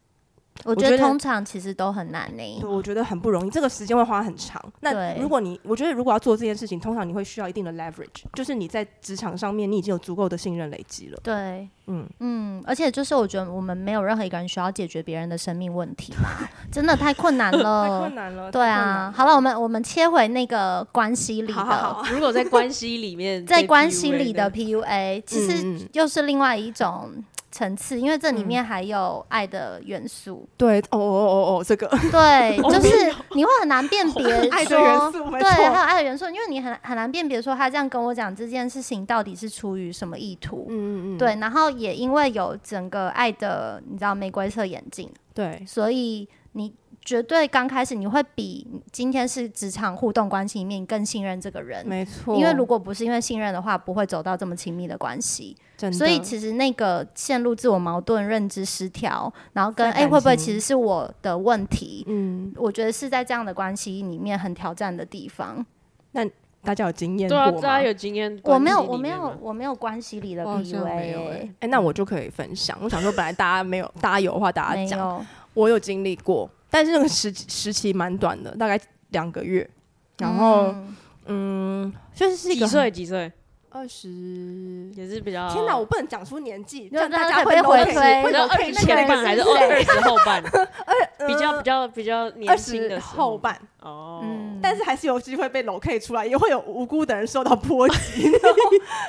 [SPEAKER 1] 我
[SPEAKER 4] 我
[SPEAKER 1] 觉
[SPEAKER 4] 觉
[SPEAKER 1] 得
[SPEAKER 4] 得
[SPEAKER 1] 通常其实都很难呢。
[SPEAKER 4] 我觉得很不容易，这个时间会花很长。那
[SPEAKER 1] 对
[SPEAKER 4] 如果你，我觉得如果要做这件事情，通常你会需要一定的 leverage，就是你在职场上面你已经有足够的信任累积了。
[SPEAKER 1] 对，
[SPEAKER 4] 嗯，
[SPEAKER 1] 嗯，而且就是我觉得我们没有任何一个人需要解决别人的生命问题嘛，真的太困 难了。
[SPEAKER 4] 难了
[SPEAKER 1] 哦对啊，好了，我们我们切回那个关系里的，
[SPEAKER 4] 好好好，
[SPEAKER 2] 如果在关系里 面被 PUA 呢，
[SPEAKER 1] 在关系里的 PUA，其实
[SPEAKER 4] 嗯嗯嗯
[SPEAKER 1] 又是另外一种层次，因为这里面还有爱的元素。
[SPEAKER 4] 对，哦哦哦哦，这个
[SPEAKER 1] 对，就是你会很难辨别
[SPEAKER 4] 哦 爱的元
[SPEAKER 1] 说。
[SPEAKER 4] 素没
[SPEAKER 1] 对，还有
[SPEAKER 4] 错。
[SPEAKER 1] 爱的元素，因为你很很难辨别说他这样跟我讲这件事情到底是出于什么意图。
[SPEAKER 4] 嗯嗯嗯，
[SPEAKER 1] 对，然后也因为有整个爱的，你知道玫瑰色眼镜，
[SPEAKER 4] 对
[SPEAKER 1] 所以你绝对刚开始你会比今天是职场互动关系里面你更信任这个人，
[SPEAKER 4] 没错。
[SPEAKER 1] 因为如果不是因为信任的话，不会走到这么亲密的关系。
[SPEAKER 4] 真的
[SPEAKER 1] 所以其实那个陷入自我矛盾、认知失调，然后跟
[SPEAKER 4] 在
[SPEAKER 1] 哎、
[SPEAKER 4] 感
[SPEAKER 1] 会不会
[SPEAKER 4] 情
[SPEAKER 1] 其实是我的问题？
[SPEAKER 4] 嗯，
[SPEAKER 1] 我觉得是在这样的关系里面很挑战的地方。
[SPEAKER 4] 大家有经验
[SPEAKER 2] 对啊，
[SPEAKER 4] 过
[SPEAKER 2] 大
[SPEAKER 4] 吗
[SPEAKER 2] 家？有经验？
[SPEAKER 1] 我没有，
[SPEAKER 2] 关系
[SPEAKER 1] 我
[SPEAKER 2] 里
[SPEAKER 1] 没
[SPEAKER 2] 面
[SPEAKER 1] 有
[SPEAKER 2] 吗，，
[SPEAKER 1] 我没有关系里的
[SPEAKER 3] 我好像
[SPEAKER 1] PUA，
[SPEAKER 3] 没有
[SPEAKER 1] 欸
[SPEAKER 3] 欸
[SPEAKER 4] 哎、那我就可以分享。我想说，本来大家没有，大家有的话大家
[SPEAKER 1] 没
[SPEAKER 4] 啊讲。
[SPEAKER 1] 有，
[SPEAKER 4] 我有经历过，但是那个时时期蛮短的，大概两个月。然后，
[SPEAKER 1] 嗯
[SPEAKER 4] 嗯，就是是一
[SPEAKER 2] 几
[SPEAKER 4] 个
[SPEAKER 2] 岁几岁
[SPEAKER 4] 二十。
[SPEAKER 2] 也是比较。
[SPEAKER 4] 天哪，我不能讲出年纪，这
[SPEAKER 1] 那
[SPEAKER 4] 样大
[SPEAKER 1] 那
[SPEAKER 4] 家
[SPEAKER 1] 可
[SPEAKER 4] 会
[SPEAKER 1] 被
[SPEAKER 4] no
[SPEAKER 1] 回
[SPEAKER 4] case，
[SPEAKER 1] 推
[SPEAKER 2] 你知
[SPEAKER 4] 会
[SPEAKER 2] 道
[SPEAKER 4] no
[SPEAKER 2] 二
[SPEAKER 4] case
[SPEAKER 2] 十前半还是二二十后 半？比较比较比较
[SPEAKER 4] 呃二
[SPEAKER 2] 年轻
[SPEAKER 4] 十
[SPEAKER 2] 的时
[SPEAKER 4] 后
[SPEAKER 2] 候
[SPEAKER 4] 半，
[SPEAKER 2] 哦，
[SPEAKER 1] 嗯
[SPEAKER 4] 但是还是有机会被 l o c a 出来，也会有无辜的人受到波及。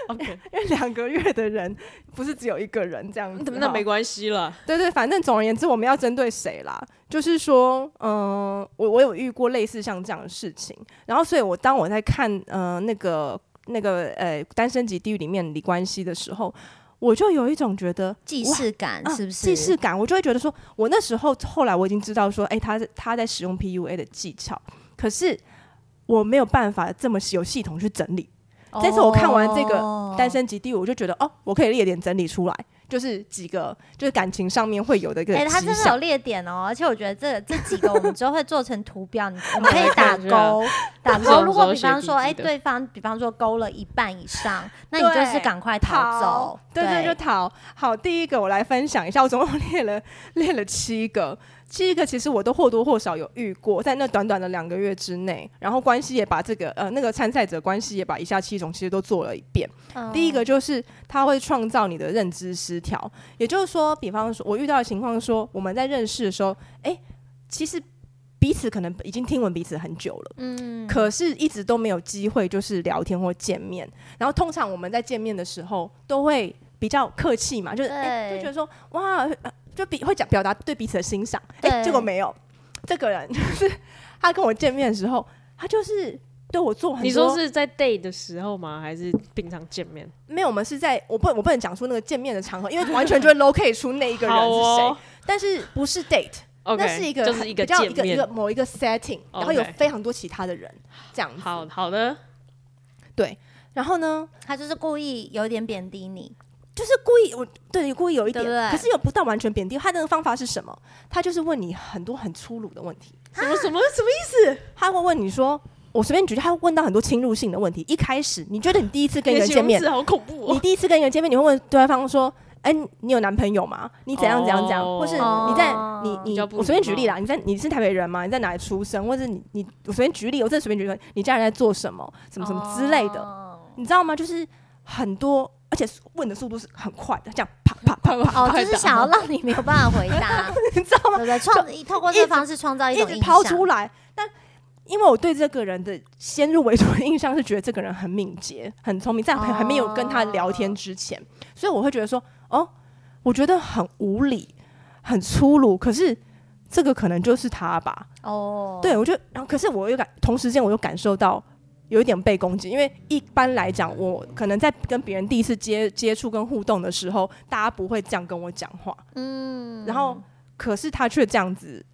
[SPEAKER 2] OK，
[SPEAKER 4] 因为两个月的人不是只有一个人这样子，
[SPEAKER 2] 那
[SPEAKER 4] 哈
[SPEAKER 2] 没关系了。
[SPEAKER 4] 对对，反正总而言之，我们要针对谁啦？就是说，嗯、我我有遇过类似像这样的事情，然后所以我当我在看呃那个那个呃《单身级地狱》里面李冠希的时候，我就有一种觉得
[SPEAKER 1] 既
[SPEAKER 4] 哇
[SPEAKER 1] 视感
[SPEAKER 4] 啊
[SPEAKER 1] 是不是？
[SPEAKER 4] 既视感，我就会觉得说，我那时候后来我已经知道说，哎、他他在使用 PUA 的技巧，可是我没有办法这么有系统去整理。这次我看完这个
[SPEAKER 1] 哦
[SPEAKER 4] 单身级地狱，我就觉得哦，我可以列点整理出来，就是几个就是感情上面会有的一个
[SPEAKER 1] 哎、它
[SPEAKER 4] 迹
[SPEAKER 1] 真的有
[SPEAKER 4] 象。
[SPEAKER 1] 列点哦，而且我觉得这这几个我们之后会做成图表，你 我们可以打
[SPEAKER 2] 对啊
[SPEAKER 1] 勾，打
[SPEAKER 2] 这种
[SPEAKER 1] 勾。如果
[SPEAKER 2] 时候
[SPEAKER 1] 比方
[SPEAKER 2] 写
[SPEAKER 1] 说，
[SPEAKER 2] 笔
[SPEAKER 1] 哎、
[SPEAKER 2] 记的
[SPEAKER 1] 对方比方说勾了一半以上，那你就是
[SPEAKER 4] 对
[SPEAKER 1] 赶快逃走。
[SPEAKER 4] 对对，
[SPEAKER 1] 对，
[SPEAKER 4] 就逃。好，第一个我来分享一下，我总共列了 列了七个，七个其实我都或多或少有遇过，在那短短的两个月之内，然后关系也把这个呃那个参赛者关系也把以下七种其实都做了一遍。
[SPEAKER 1] 嗯
[SPEAKER 4] 第一个就是它会创造你的认知失调，也就是说，比方说我遇到的情况是说，我们在认识的时候，哎、其实彼此可能已经听闻彼此很久了。
[SPEAKER 1] 嗯，
[SPEAKER 4] 可是，一直都没有机会，就是聊天或见面。然后，通常我们在见面的时候，都会比较客气嘛，就是、哎，
[SPEAKER 1] 对
[SPEAKER 4] 就觉得说哇，呃就比会讲表达对彼此的欣赏。哎、
[SPEAKER 1] 对
[SPEAKER 4] 结果没有，这个人 就是他跟我见面的时候，他就是对我做很多。
[SPEAKER 2] 你说是在 day 的时候吗？还是平常见面？
[SPEAKER 4] 没有，我们是在我不我不能讲出那个见面的场合，因为完全就会 locate 出那一个人是
[SPEAKER 2] 好
[SPEAKER 4] 谁，
[SPEAKER 2] 哦
[SPEAKER 4] 但是不是 date，、
[SPEAKER 2] OK，
[SPEAKER 4] 那是一个
[SPEAKER 2] 就是一个
[SPEAKER 4] 比较
[SPEAKER 2] 见
[SPEAKER 4] 一个一
[SPEAKER 2] 面
[SPEAKER 4] 个某一个 setting，然后有
[SPEAKER 2] OK
[SPEAKER 4] 非常多其他的人这样子。
[SPEAKER 2] 好好的，
[SPEAKER 4] 然后呢，
[SPEAKER 1] 他就是故意有点贬低你，
[SPEAKER 4] 就是故意我对故意有一点，
[SPEAKER 1] 对不对
[SPEAKER 4] 可是又不到完全贬低。他那个方法是什么？他就是问你很多很粗鲁的问题，
[SPEAKER 2] 什么什么什么意
[SPEAKER 4] 他会问你说，我随便举例，他会问到很多侵入性的问题。一开始你觉得你第一次跟一个
[SPEAKER 2] 思？
[SPEAKER 4] 人见面，
[SPEAKER 2] 好恐怖
[SPEAKER 4] 你
[SPEAKER 2] 哦！
[SPEAKER 4] 第一次跟一个人见面，你会问对方说：“哎、你有男朋友吗？你怎样怎样怎样？”
[SPEAKER 2] 哦
[SPEAKER 4] 或是你在你
[SPEAKER 1] 哦
[SPEAKER 4] 你
[SPEAKER 2] 较不
[SPEAKER 4] 我随便
[SPEAKER 2] 礼
[SPEAKER 4] 举
[SPEAKER 2] 貌
[SPEAKER 4] 例啦，你在你是台北人吗？你在哪里出生？或者你你我随便举例，我真的随便举例，你家人在做什么？什么什么之类的，
[SPEAKER 1] 哦
[SPEAKER 4] 你知道吗？就是很多，而且问的速度是很快的，这样啪啪啪啪，
[SPEAKER 1] 哦，就是想要让你没有办法回 答，
[SPEAKER 4] 你知道吗？
[SPEAKER 1] 对不对？创透过这个方式创造一
[SPEAKER 4] 一
[SPEAKER 1] 种
[SPEAKER 4] 直
[SPEAKER 1] 印
[SPEAKER 4] 抛出
[SPEAKER 1] 象。
[SPEAKER 4] 来，但。因为我对这个人的先入为主的印象是觉得这个人很敏捷、很聪
[SPEAKER 1] 哦
[SPEAKER 4] 明，在还还没有跟他聊天之前，所以我会觉得说，哦，我觉得很无理、很粗鲁，可是这个可能就是他吧。
[SPEAKER 1] 哦，
[SPEAKER 4] 对，我就然后可是我又感，同时间我又感受到有一点被攻击，因为一般来讲，我可能在跟别人第一次接接触跟互动的时候，大家不会这样跟我讲话，
[SPEAKER 1] 嗯
[SPEAKER 4] 然后可是他却这样子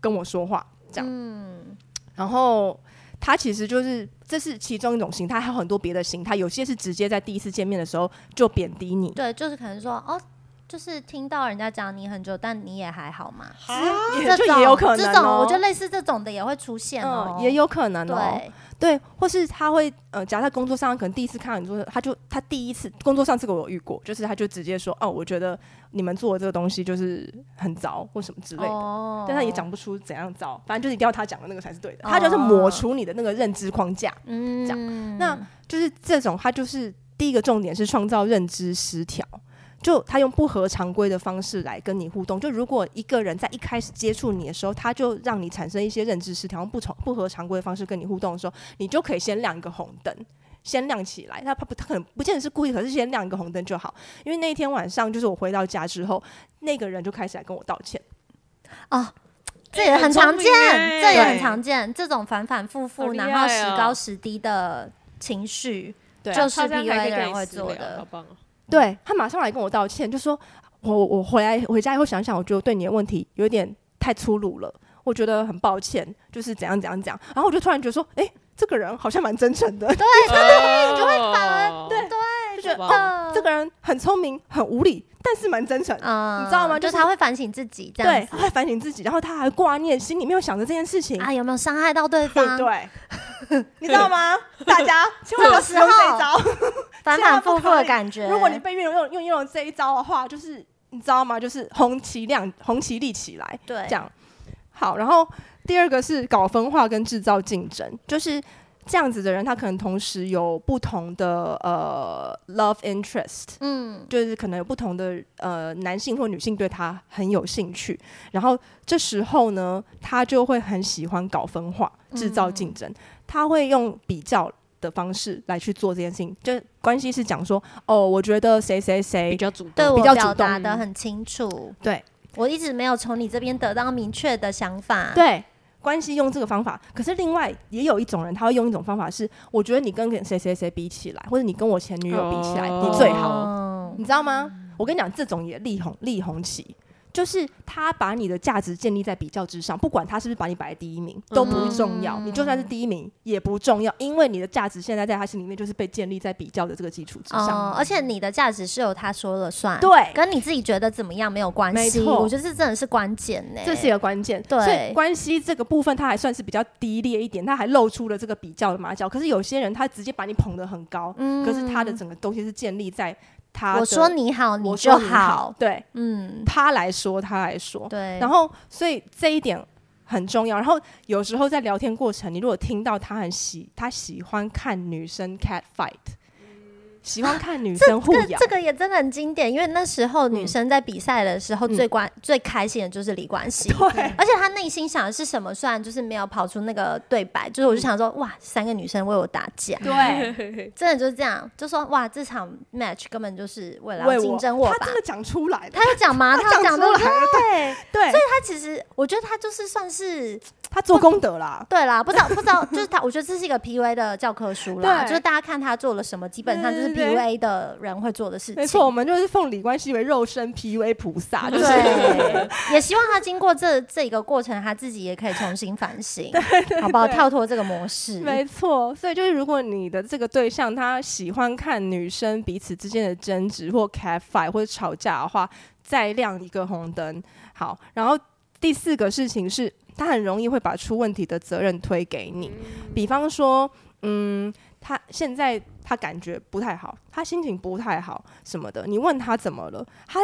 [SPEAKER 4] 跟我说话，这样，
[SPEAKER 1] 嗯，
[SPEAKER 4] 然后。他其实就是，这是其中一种形态，还有很多别的形态。有些是直接在第一次见面的时候就贬低你，
[SPEAKER 1] 对，就是可能说哦，就是听到人家讲你很久，但你也还好嘛。
[SPEAKER 4] 也就
[SPEAKER 1] 种
[SPEAKER 4] 也有可能、哦，
[SPEAKER 1] 啊这种我觉得类似这种的也会出现哦
[SPEAKER 4] 嗯，，也有可能哦、
[SPEAKER 1] 对，
[SPEAKER 4] 对，或是他会呃，假如在工作上可能第一次看到你做的，他就他第一次工作上这个我有遇过，就是他就直接说哦，我觉得你们做的这个东西就是很糟或什么之类的，
[SPEAKER 1] 哦
[SPEAKER 4] 但他也讲不出怎样糟，反正就是一定要他讲的那个才是对的，他就是抹
[SPEAKER 1] 哦
[SPEAKER 4] 除你的那个认知框架，
[SPEAKER 1] 嗯
[SPEAKER 4] 这那就是这种他就是第一个重点是创造认知失调。就他用不合常规的方式来跟你互动。就如果一个人在一开始接触你的时候，他就让你产生一些认知失调，用不从不合常规的方式跟你互动的时候，你就可以先亮一个红灯，先亮起来。那他不，他可能不见得是故意，可是先亮一个红灯就好。因为那一天晚上，就是我回到家之后，那个人就开始来跟我道歉。
[SPEAKER 1] 哦。这
[SPEAKER 4] 哎
[SPEAKER 1] 也很常见，
[SPEAKER 2] 很聪明欸
[SPEAKER 1] 这也很
[SPEAKER 4] 对
[SPEAKER 1] 常见。这种反反复
[SPEAKER 2] 好
[SPEAKER 1] 复，
[SPEAKER 2] 厉害
[SPEAKER 1] 然后时
[SPEAKER 2] 哦
[SPEAKER 1] 高时低的情绪，
[SPEAKER 4] 对啊
[SPEAKER 1] 就是
[SPEAKER 2] 他这样
[SPEAKER 1] PUA
[SPEAKER 2] 还可以
[SPEAKER 1] 的
[SPEAKER 2] 跟
[SPEAKER 1] 人
[SPEAKER 2] 你
[SPEAKER 1] 会
[SPEAKER 2] 私
[SPEAKER 1] 做
[SPEAKER 2] 聊
[SPEAKER 1] 的
[SPEAKER 2] 好棒哦！
[SPEAKER 4] 对他马上来跟我道歉，就说我我我回来回家以后想想，我觉得我对你的问题有点太粗鲁了，我觉得很抱歉，就是怎样怎样怎样。然后我就突然觉得说，哎、这个人好像蛮真诚的，
[SPEAKER 1] 嗯
[SPEAKER 2] 对，就会反对
[SPEAKER 4] 就觉得
[SPEAKER 2] 哇
[SPEAKER 4] 哦，
[SPEAKER 1] 呃
[SPEAKER 4] 这个人很聪明，很无理，但是蛮真诚。
[SPEAKER 1] 嗯
[SPEAKER 4] 你知道吗
[SPEAKER 1] 就
[SPEAKER 4] 就是
[SPEAKER 1] 他会反省自己，这样
[SPEAKER 4] 对，
[SPEAKER 1] 子
[SPEAKER 4] 他会反省自己，然后他还挂念，心里面又想着这件事情。
[SPEAKER 1] 啊，有没有伤害到对方？
[SPEAKER 4] 对，你知道吗？大家千万不要使用这一招。
[SPEAKER 1] 反反复复的感觉。
[SPEAKER 4] 如果你被运用用用用这一招的话，就是你知道吗？就是红旗亮，红旗立起来。
[SPEAKER 1] 对
[SPEAKER 4] 这样。好，然后第二个是搞分化跟制造竞争，就是这样子的人，他可能同时有不同的呃 love interest。
[SPEAKER 1] 嗯，
[SPEAKER 4] 就是可能有不同的呃男性或女性对他很有兴趣，然后这时候呢，他就会很喜欢搞分化、制造竞争，他会用比较的方式来去做这件事情。就关系是讲说，哦，我觉得谁谁谁
[SPEAKER 2] 比较主动，
[SPEAKER 1] 对我
[SPEAKER 4] 比较
[SPEAKER 1] 表
[SPEAKER 4] 主
[SPEAKER 1] 达
[SPEAKER 4] 动
[SPEAKER 1] 的很清楚，
[SPEAKER 4] 对
[SPEAKER 1] 我一直没有从你这边得到明确的想法。，
[SPEAKER 4] 对，关系用这个方法。可是另外也有一种人，他会用一种方法是，我觉得你跟谁谁谁比起来，或者你跟我前女友比起来，
[SPEAKER 2] 哦
[SPEAKER 4] 你最好，
[SPEAKER 1] 哦，
[SPEAKER 4] 你知道吗？我跟你讲，这种也力红力红旗。就是他把你的价值建立在比较之上，不管他是不是把你摆在第一名都不重要，
[SPEAKER 1] 嗯
[SPEAKER 4] 你就算是第一名也不重要，因为你的价值现在在他心里面就是被建立在比较的这个基础之上。
[SPEAKER 1] 哦，而且你的价值是由他说了算，
[SPEAKER 4] 对
[SPEAKER 1] 跟你自己觉得怎么样没有关
[SPEAKER 4] 没
[SPEAKER 1] 系。
[SPEAKER 4] 错
[SPEAKER 1] 我觉得这真的是关键呢。
[SPEAKER 4] 这是一个关键。
[SPEAKER 1] 对
[SPEAKER 4] 所以关系这个部分，他还算是比较低劣一点，他还露出了这个比较的马脚。可是有些人他直接把你捧得很高，
[SPEAKER 1] 嗯
[SPEAKER 4] 可是他的整个东西是建立在他的
[SPEAKER 1] 我说你好，
[SPEAKER 4] 啊我
[SPEAKER 1] 就
[SPEAKER 4] 说你好，，对
[SPEAKER 1] 嗯，
[SPEAKER 4] 他来说他来说，
[SPEAKER 1] 对。
[SPEAKER 4] 然后所以这一点。很重要。然后有时候在聊天过程，你如果听到他很喜，他喜欢看女生 cat fight，喜欢看女生互
[SPEAKER 1] 这
[SPEAKER 4] 咬，
[SPEAKER 1] 这个也真的很经典，因为那时候女
[SPEAKER 4] 嗯
[SPEAKER 1] 生在比赛的时候
[SPEAKER 4] 嗯
[SPEAKER 1] 最关、最开心的就是李冠希，
[SPEAKER 4] 对
[SPEAKER 1] 而且她内心想的是什么？虽然就是没有跑出那个对白，就是
[SPEAKER 4] 嗯
[SPEAKER 1] 我就想说，哇，三个女生为我打架，
[SPEAKER 4] 对，
[SPEAKER 1] 真的就是这样，就说哇，这场 match 根本就是为了
[SPEAKER 4] 为
[SPEAKER 1] 要竞争我
[SPEAKER 4] 他
[SPEAKER 1] 吧
[SPEAKER 4] 真。的讲出来了，
[SPEAKER 1] 他有讲 吗？他有
[SPEAKER 4] 讲
[SPEAKER 1] 讲
[SPEAKER 4] 出
[SPEAKER 1] 对不
[SPEAKER 4] 来
[SPEAKER 1] 对？
[SPEAKER 4] 了，对，所以
[SPEAKER 1] 他其实，我觉得他就是算是
[SPEAKER 4] 他做功德啦，
[SPEAKER 1] 对啦，不知道不知道，就是他，我觉得这是一个 PUA 的教科书啦，
[SPEAKER 4] 对
[SPEAKER 1] 就是大家看他做了什么，基本上就是
[SPEAKER 4] 对对对
[SPEAKER 1] PUA 的人会做的事情。嗯
[SPEAKER 4] 没错，我们就是奉李冠希为肉身 PUA 菩萨，就是
[SPEAKER 1] 对，也希望他经过这这一个过程，他自己也可以重新反省，好不好？
[SPEAKER 4] 对
[SPEAKER 1] 跳脱这个模式。
[SPEAKER 4] 没错。所以就是，如果你的这个对象他喜欢看女生彼此之间的争执或 cat fight 或者吵架的话，再亮一个红灯。好，然后第四个事情是，他很容易会把出问题的责任推给你，比方说，嗯，他现在他感觉不太好，他心情不太好什么的，你问他怎么了，他。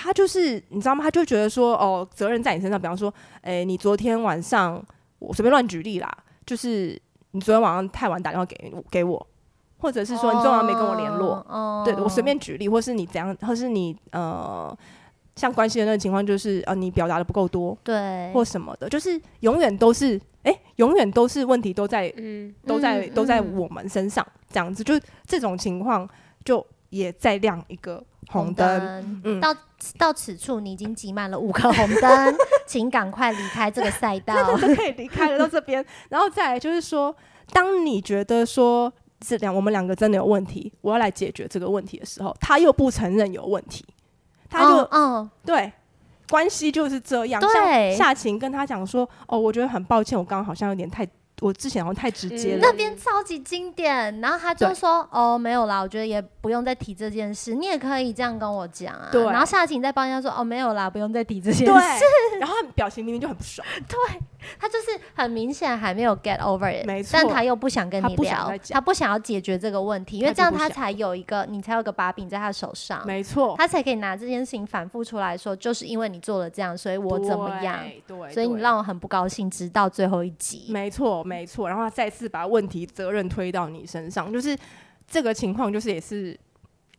[SPEAKER 4] 他就是你知道吗？他就觉得说，哦，责任在你身上。比方说，哎、你昨天晚上，我随便乱举例啦，就是你昨天晚上太晚打电话给我给我，或者是说你昨天晚上没跟我联络，
[SPEAKER 1] 哦
[SPEAKER 4] 对我随便举例，或是你怎样，或是你呃，像关系的那个情况，就是呃，你表达的不够多
[SPEAKER 1] 对，
[SPEAKER 4] 或什么的，就是永远都是哎、永远都是问题都在
[SPEAKER 2] 嗯，
[SPEAKER 4] 都在、
[SPEAKER 1] 嗯
[SPEAKER 4] 都在
[SPEAKER 1] 嗯
[SPEAKER 4] 我们身上，这样子，就这种情况就也再亮一个红灯。嗯
[SPEAKER 1] 到到此处，你已经挤满了五颗红 灯，请赶快离开这个赛道。
[SPEAKER 4] 就可以离开了到这边，然后再来就是说，当你觉得说这两我们两个真的有问题，我要来解决这个问题的时候，他又不承认有问题，他就、
[SPEAKER 1] 嗯嗯
[SPEAKER 4] 对，关系就是这样。
[SPEAKER 1] 对
[SPEAKER 4] 像夏晴跟他讲说，哦，我觉得很抱歉，我刚刚好像有点太，我之前好像太直接
[SPEAKER 2] 嗯
[SPEAKER 4] 了。
[SPEAKER 1] 那边超级经典，然后他就
[SPEAKER 4] 对
[SPEAKER 1] 说：“哦，没有啦，我觉得也不用再提这件事，你也可以这样跟我讲啊。”
[SPEAKER 4] 对
[SPEAKER 1] 然后下情再帮人家说：“哦，没有啦，不用再提这件
[SPEAKER 4] 对
[SPEAKER 1] 事。，
[SPEAKER 4] 然后他表情明明就很不爽，”
[SPEAKER 1] 他就是很明显还没有 get over it，
[SPEAKER 4] 没错
[SPEAKER 1] 但他又不想跟你
[SPEAKER 4] 他不想
[SPEAKER 1] 聊
[SPEAKER 4] 再，讲
[SPEAKER 1] 他不想要解决这个问题，因为
[SPEAKER 4] 他就
[SPEAKER 1] 这样
[SPEAKER 4] 不
[SPEAKER 1] 他
[SPEAKER 4] 想
[SPEAKER 1] 才有一个你才有个把柄在他手上，
[SPEAKER 4] 没错，
[SPEAKER 1] 他才可以拿这件事情反复出来说，就是因为你做了这样，所以我怎么样。
[SPEAKER 4] 对？对，
[SPEAKER 1] 所以你
[SPEAKER 4] 对
[SPEAKER 1] 让我很不高兴，直到最后一集。
[SPEAKER 4] 没错没错，然后他再次把问题责任推到你身上，就是这个情况，就是也是。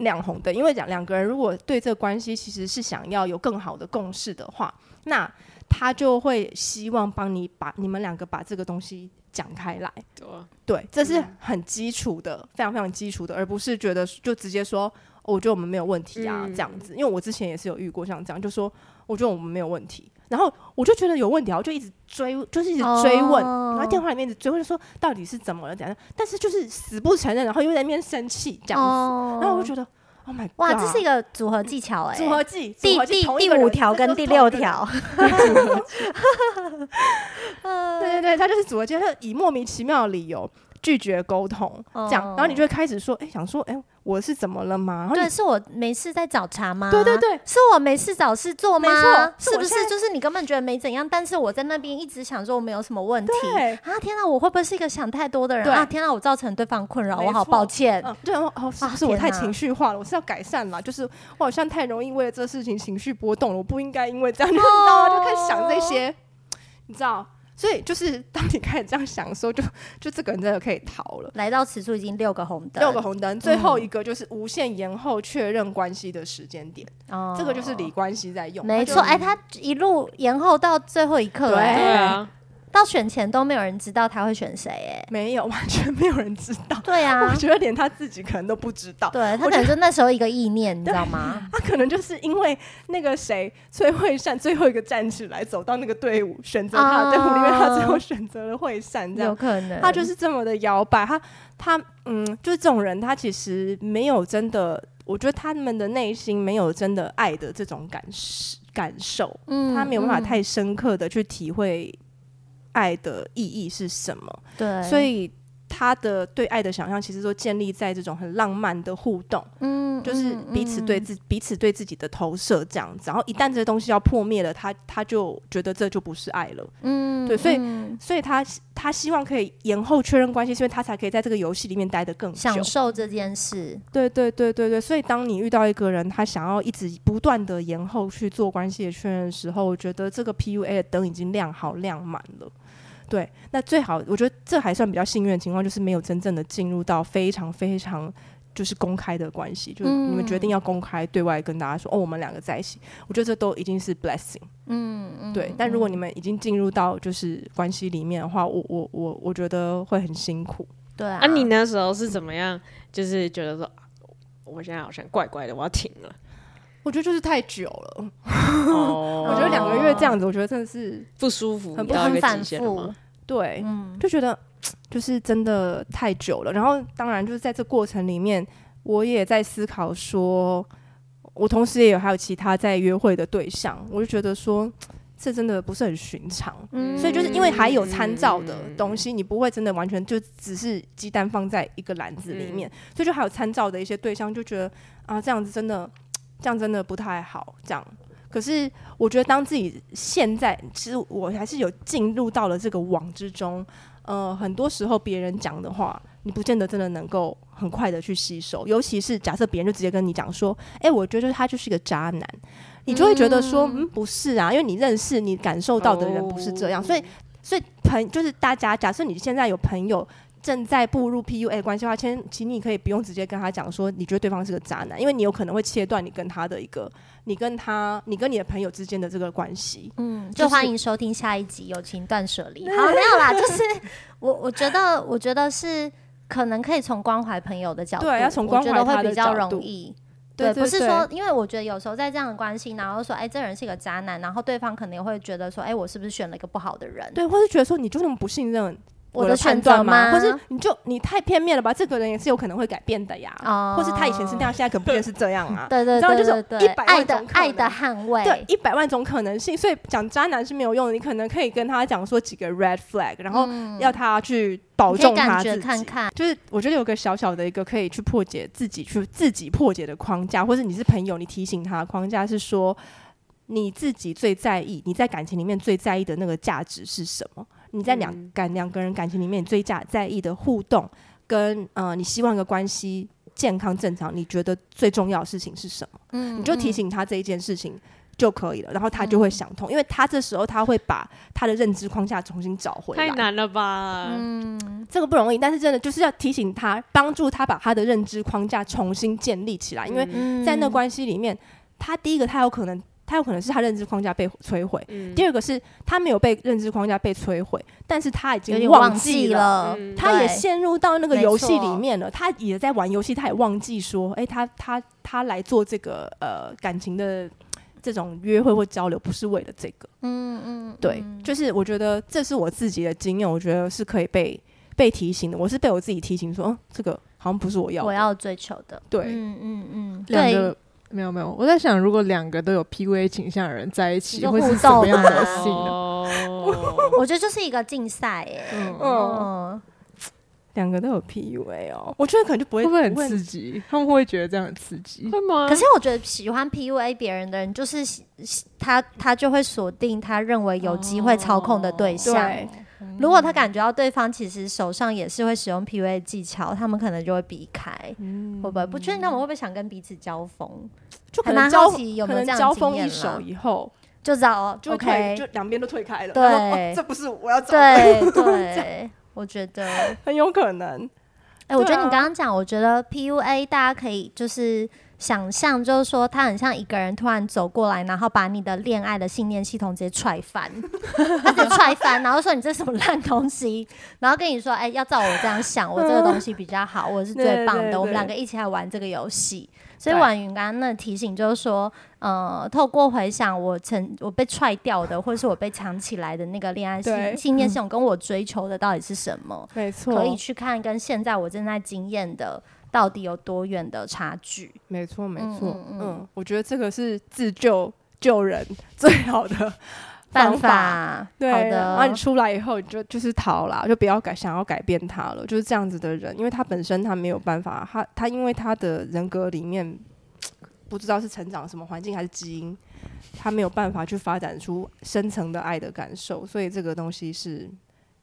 [SPEAKER 4] 亮红灯，因为讲两个人如果对这个关系其实是想要有更好的共识的话，那他就会希望帮你把你们两个把这个东西讲开来。
[SPEAKER 2] 对，啊
[SPEAKER 4] 对，这是
[SPEAKER 2] 嗯
[SPEAKER 4] 很基础的，非常非常基础的，而不是觉得就直接说，哦我觉得我们没有问题啊、
[SPEAKER 2] 嗯
[SPEAKER 4] 这样子。因为我之前也是有遇过像这样，就说我觉得我们没有问题，然后我就觉得有问题啊，我就一直追，就是一直追问，
[SPEAKER 1] 哦
[SPEAKER 4] 然后电话里面一直追问说到底是怎么了怎样，但是就是死不承认，然后又在那边生气这样子，
[SPEAKER 1] 哦
[SPEAKER 4] 然后我就觉得，Oh my god，
[SPEAKER 1] 哇，这是一个组合技巧哎、
[SPEAKER 4] 组合技，组
[SPEAKER 1] 第
[SPEAKER 4] 合技
[SPEAKER 1] 第
[SPEAKER 4] 同一
[SPEAKER 1] 第
[SPEAKER 4] 个人
[SPEAKER 1] 五条跟第六，条，
[SPEAKER 4] 这都是同一个人组合技
[SPEAKER 1] 嗯
[SPEAKER 4] 对对对，他就是组合间，他以莫名其妙的理由拒绝沟通，这样，
[SPEAKER 1] 哦
[SPEAKER 4] 然后你就会开始说，哎、想说，哎、我是怎么了吗？然后
[SPEAKER 1] 对，
[SPEAKER 4] 你
[SPEAKER 1] 是我没事在找茬吗？
[SPEAKER 4] 对对，对，
[SPEAKER 1] 是我没事找事做吗？
[SPEAKER 4] 没错是
[SPEAKER 1] 是
[SPEAKER 4] 我
[SPEAKER 1] 不
[SPEAKER 4] 现
[SPEAKER 1] 是
[SPEAKER 4] 在
[SPEAKER 1] 就是你根本觉得没怎样，但是我在那边一直想说我没有什么问题
[SPEAKER 4] 对
[SPEAKER 1] 啊！天哪，我会不会是一个想太多的人
[SPEAKER 4] 对
[SPEAKER 1] 啊？天哪，我造成对方困扰，
[SPEAKER 4] 没
[SPEAKER 1] 我好
[SPEAKER 4] 错
[SPEAKER 1] 抱歉。
[SPEAKER 4] 嗯，对，然后哦，是
[SPEAKER 1] 啊
[SPEAKER 4] 不是我
[SPEAKER 1] 天
[SPEAKER 4] 太
[SPEAKER 1] 哪
[SPEAKER 4] 情绪化了？我是要改善啦，就是我好像太容易为了这事情情绪波动了，我不应该因为这样，你知 道吗？就开始想这些，你知道。所以就是， 当你开始这样想的时候，就就这个人真的可以逃了。
[SPEAKER 1] 来到此处已经六个红灯，
[SPEAKER 4] 六个红灯，最
[SPEAKER 1] 嗯
[SPEAKER 4] 后一个就是无限延后确认关系的时间点，
[SPEAKER 1] 哦
[SPEAKER 4] 这个就是理关系在用。
[SPEAKER 1] 没
[SPEAKER 4] 他就
[SPEAKER 1] 错，哎、他一路延后到最后一刻、
[SPEAKER 4] 对
[SPEAKER 2] 对
[SPEAKER 1] 哎，
[SPEAKER 2] 啊，
[SPEAKER 1] 到选前都没有人知道他会选谁、哎，
[SPEAKER 4] 没有， 完全没有人知道。
[SPEAKER 1] 对啊
[SPEAKER 4] 我，觉得连他自己可能都不知道，
[SPEAKER 1] 对他
[SPEAKER 4] 我
[SPEAKER 1] 可
[SPEAKER 4] 觉
[SPEAKER 1] 能
[SPEAKER 4] 得
[SPEAKER 1] 就那时候一个意念，你知道吗？
[SPEAKER 4] 他可能就是因为那个谁崔慧善最后一个站起来走到那个队伍，选择他的队伍里面，
[SPEAKER 1] 啊
[SPEAKER 4] 他最后选择了慧善，这
[SPEAKER 1] 有
[SPEAKER 4] 样
[SPEAKER 1] 可能，
[SPEAKER 4] 他就是这么的摇摆。他他嗯，就是这种人，他其实没有真的，我觉得他们的内心没有真的爱的这种感受感受，
[SPEAKER 1] 嗯
[SPEAKER 4] 他没有办法
[SPEAKER 1] 嗯
[SPEAKER 4] 太深刻的去体会爱的意义是什么。
[SPEAKER 1] 对，
[SPEAKER 4] 所以他的对爱的想象其实都建立在这种很浪漫的互动，
[SPEAKER 1] 嗯，
[SPEAKER 4] 就是
[SPEAKER 1] 嗯
[SPEAKER 4] 彼此对
[SPEAKER 1] 嗯
[SPEAKER 4] 自、彼此对自己的投射这样子。然后一旦这些东西要破灭了，他他就觉得这就不是爱了，
[SPEAKER 1] 嗯，
[SPEAKER 4] 对所以
[SPEAKER 1] 嗯
[SPEAKER 4] 所以他他希望可以延后确认关系，是因为他才可以在这个游戏里面待得更久
[SPEAKER 1] 享。受这件事，
[SPEAKER 4] 对对对对对，所以当你遇到一个人，他想要一直不断的延后去做关系的确认的时候，我觉得这个 PUA 的灯已经亮好亮满了。对，那最好，我觉得这还算比较幸运的情况，就是没有真正的进入到非常非常就是公开的关系，就是你们决定要公开对外跟大家说，哦，我们两个在一起，我觉得这都已经是 blessing。
[SPEAKER 1] 嗯嗯，
[SPEAKER 4] 对，
[SPEAKER 1] 嗯
[SPEAKER 4] 但如果
[SPEAKER 1] 嗯
[SPEAKER 4] 你们已经进入到就是关系里面的话，我我我我觉得会很辛苦。
[SPEAKER 1] 对啊，
[SPEAKER 2] 啊，你那时候是怎么样？就是觉得说，啊我现在好像怪怪的，我要停了。
[SPEAKER 4] 我觉得就是太久了，
[SPEAKER 2] 哦
[SPEAKER 4] 我觉得两个月这样子，我觉得真的是
[SPEAKER 2] 不舒服，
[SPEAKER 4] 很不
[SPEAKER 2] 到
[SPEAKER 1] 很
[SPEAKER 2] 一个极
[SPEAKER 1] 反
[SPEAKER 2] 限了吗
[SPEAKER 1] 复，
[SPEAKER 4] 对，
[SPEAKER 1] 嗯，
[SPEAKER 4] 就觉得就是真的太久了。然后当然就是在这过程里面，我也在思考说，我同时也有还有其他在约会的对象，我就觉得说这真的不是很寻常。
[SPEAKER 1] 嗯
[SPEAKER 4] 所以就是因为还有参照的东西，你不会真的完全就只是鸡蛋放在一个篮子里面，所以就还有参照的一些对象，就觉得啊这样子真的，这样真的不太好，这样。可是我觉得当自己现在，其实我还是有进入到了这个网之中，呃，很多时候别人讲的话，你不见得真的能够很快的去吸收，尤其是假设别人就直接跟你讲说，哎、我觉得他就是一个渣男，你就会觉得说，
[SPEAKER 2] 嗯
[SPEAKER 4] 嗯，不是啊，因为你认识、你感受到的人不是这样，所以，哦所以朋就是大家，假设你现在有朋友正在步入 PUA 关系的话，先，请你可以不用直接跟他讲说你觉得对方是个渣男，因为你有可能会切断你跟他的一个，你跟他，你跟你的朋友之间的这个关系。
[SPEAKER 1] 嗯，
[SPEAKER 4] 就
[SPEAKER 1] 就是欢迎收听下一集《友情断舍离》。好，没有啦，就是 我我觉得，我觉得是可能可以从关怀朋友的角度，
[SPEAKER 4] 对要从关怀
[SPEAKER 1] 我觉得
[SPEAKER 4] 他
[SPEAKER 1] 会
[SPEAKER 4] 的
[SPEAKER 1] 比较
[SPEAKER 4] 角度
[SPEAKER 1] 容易。
[SPEAKER 4] 对对
[SPEAKER 1] 不是
[SPEAKER 4] 对
[SPEAKER 1] 说，因为我觉得有时候在这样的关系，然后说，哎，这人是个渣男，然后对方可能也会觉得说，哎，我是不是选了一个不好的人？
[SPEAKER 4] 对，或是觉得说你就那么不信任
[SPEAKER 1] 我的
[SPEAKER 4] 的
[SPEAKER 1] 选
[SPEAKER 4] 判
[SPEAKER 1] 择
[SPEAKER 4] 断
[SPEAKER 1] 吗？
[SPEAKER 4] 或是你就你太片面了吧？这个人也是有可能会改变的呀，
[SPEAKER 1] 哦
[SPEAKER 4] 或是他以前是那样，现在可能不见是这样啊。
[SPEAKER 1] 对对
[SPEAKER 4] 你知道
[SPEAKER 1] 对
[SPEAKER 4] 就是
[SPEAKER 1] 对对，
[SPEAKER 4] 100
[SPEAKER 1] 爱
[SPEAKER 4] 万
[SPEAKER 1] 的
[SPEAKER 4] 种可
[SPEAKER 1] 爱的
[SPEAKER 4] 能
[SPEAKER 1] 捍卫，
[SPEAKER 4] 对，一百万种可能性，所以讲渣男是没有用的。你可能可以跟他讲说几个 red flag，然后要他去
[SPEAKER 1] 嗯
[SPEAKER 4] 保
[SPEAKER 1] 你可以
[SPEAKER 4] 重
[SPEAKER 1] 感
[SPEAKER 4] 他
[SPEAKER 1] 觉
[SPEAKER 4] 自己。
[SPEAKER 1] 看看，
[SPEAKER 4] 就是我觉得有个小小的一个可以去破解自己去自己破解的框架，或是你是朋友，你提醒他的框架是说你自己最在意，你在感情里面最在意的那个价值是什么？你在两
[SPEAKER 2] 嗯
[SPEAKER 4] 感两个人感情里面你最价在意的互动，跟呃你希望一个关系健康正常，你觉得最重要的事情是什么？
[SPEAKER 1] 嗯，
[SPEAKER 4] 你就提
[SPEAKER 1] 嗯。
[SPEAKER 4] 醒他这一件事情就可以了，然后他就会想
[SPEAKER 2] 嗯
[SPEAKER 4] 通，因为他这时候他会把他的认知框架重新找回来。
[SPEAKER 2] 太难了吧？
[SPEAKER 1] 嗯，
[SPEAKER 4] 这个不容易，但是真的就是要提醒他，帮助他把他的认知框架重新建立起来，因为
[SPEAKER 1] 嗯
[SPEAKER 4] 在那关系里面，他第一个他有可能，他有可能是他认知框架被摧毁。
[SPEAKER 2] 嗯
[SPEAKER 4] 第二个是他没有被认知框架被摧毁，但是他已
[SPEAKER 1] 有
[SPEAKER 4] 经
[SPEAKER 1] 点
[SPEAKER 4] 忘
[SPEAKER 1] 忘
[SPEAKER 4] 记
[SPEAKER 1] 记
[SPEAKER 4] 了，
[SPEAKER 1] 了
[SPEAKER 2] 嗯，
[SPEAKER 4] 他
[SPEAKER 1] 对
[SPEAKER 4] 也陷入到那个游戏
[SPEAKER 1] 没
[SPEAKER 4] 里
[SPEAKER 1] 错
[SPEAKER 4] 面了，他也在玩游戏，他也忘记说，哎、他他他来做这个呃感情的这种约会或交流，不是为了这个。
[SPEAKER 1] 嗯嗯，
[SPEAKER 4] 对，
[SPEAKER 1] 嗯
[SPEAKER 4] 就是我觉得这是我自己的经验，我觉得是可以被被提醒的。我是被我自己提醒说，嗯，这个好像不是我要的。
[SPEAKER 1] 我要追求的，
[SPEAKER 4] 对
[SPEAKER 1] 嗯嗯嗯，
[SPEAKER 3] 两
[SPEAKER 1] 对
[SPEAKER 3] 个。没有没有，我在想，如果两个都有 PUA 倾向的人在一
[SPEAKER 1] 你
[SPEAKER 3] 起，
[SPEAKER 1] 就
[SPEAKER 3] 会
[SPEAKER 1] 互
[SPEAKER 3] 是什
[SPEAKER 1] 动
[SPEAKER 3] 么
[SPEAKER 1] 啊
[SPEAKER 3] 样的
[SPEAKER 1] 嘛
[SPEAKER 3] 戏呢？
[SPEAKER 2] 哦，
[SPEAKER 1] 我觉得就是一个竞赛耶。
[SPEAKER 3] 嗯，
[SPEAKER 4] 嗯，
[SPEAKER 1] 嗯，
[SPEAKER 4] 两个都有 PUA 哦，我觉得可能就不会
[SPEAKER 3] 会不会很
[SPEAKER 4] 问
[SPEAKER 3] 刺激？他们会不会觉得这样很刺激？
[SPEAKER 2] 会吗？
[SPEAKER 1] 可是我觉得喜欢 PUA 别人的人，就是喜喜他他就会锁定他认为有机会操控的对象。
[SPEAKER 4] 对，
[SPEAKER 1] 如果他感觉到对方其实手上也是会使用 PUA 技巧，他们可能就会避开。
[SPEAKER 4] 嗯
[SPEAKER 1] 会不会不确定他们会不会想跟彼此交锋，
[SPEAKER 4] 就可
[SPEAKER 1] 还
[SPEAKER 4] 能
[SPEAKER 1] 蛮
[SPEAKER 4] 交
[SPEAKER 1] 好奇有没
[SPEAKER 4] 可
[SPEAKER 1] 有
[SPEAKER 4] 能
[SPEAKER 1] 这样的
[SPEAKER 4] 交锋
[SPEAKER 1] 经验
[SPEAKER 4] 一
[SPEAKER 1] 啦
[SPEAKER 4] 手以后，
[SPEAKER 1] 就知道哦
[SPEAKER 4] 就会退
[SPEAKER 1] OK，
[SPEAKER 4] 就两边都退开了。
[SPEAKER 1] 对
[SPEAKER 4] 然后哦这不是我要找的，
[SPEAKER 1] 对 对，我觉得。
[SPEAKER 4] 很有可能。
[SPEAKER 1] 哎、我
[SPEAKER 4] 对
[SPEAKER 1] 觉得
[SPEAKER 4] 啊
[SPEAKER 1] 你刚刚讲，我觉得 PUA 大家可以就是想象，就是说他很像一个人突然走过来，然后把你的恋爱的信念系统直接踹翻， 他直接踹翻，然后说你这什么烂东西，然后跟你说，哎、要照我这样想，我这个东西比较好，我是最棒的，
[SPEAKER 4] 对对对
[SPEAKER 1] 我们两个一起来玩这个游戏。所以
[SPEAKER 4] 对
[SPEAKER 1] 婉云刚刚那提醒就是说，呃，透过回想我曾我被踹掉的，或是我被藏起来的那个恋爱
[SPEAKER 4] 对嗯
[SPEAKER 1] 信信念系统，跟我追求的到底是什么？
[SPEAKER 4] 没
[SPEAKER 1] 可以，去看跟现在我正在经验的到底有多远的差距。
[SPEAKER 4] 没错，没
[SPEAKER 1] 嗯
[SPEAKER 4] 错。
[SPEAKER 1] 嗯嗯
[SPEAKER 4] 嗯，我觉得这个是自救救人最好的
[SPEAKER 1] 办
[SPEAKER 4] 方
[SPEAKER 1] 法，
[SPEAKER 4] 对，
[SPEAKER 1] 好
[SPEAKER 4] 然后你
[SPEAKER 1] 的，
[SPEAKER 4] 出来以后，你就就是逃啦，就不要改想要改变他了，就是这样子的人，因为他本身他没有办法，他他因为他的人格里面不知道是成长什么环境还是基因，他没有办法去发展出深层的爱的感受，所以这个东西是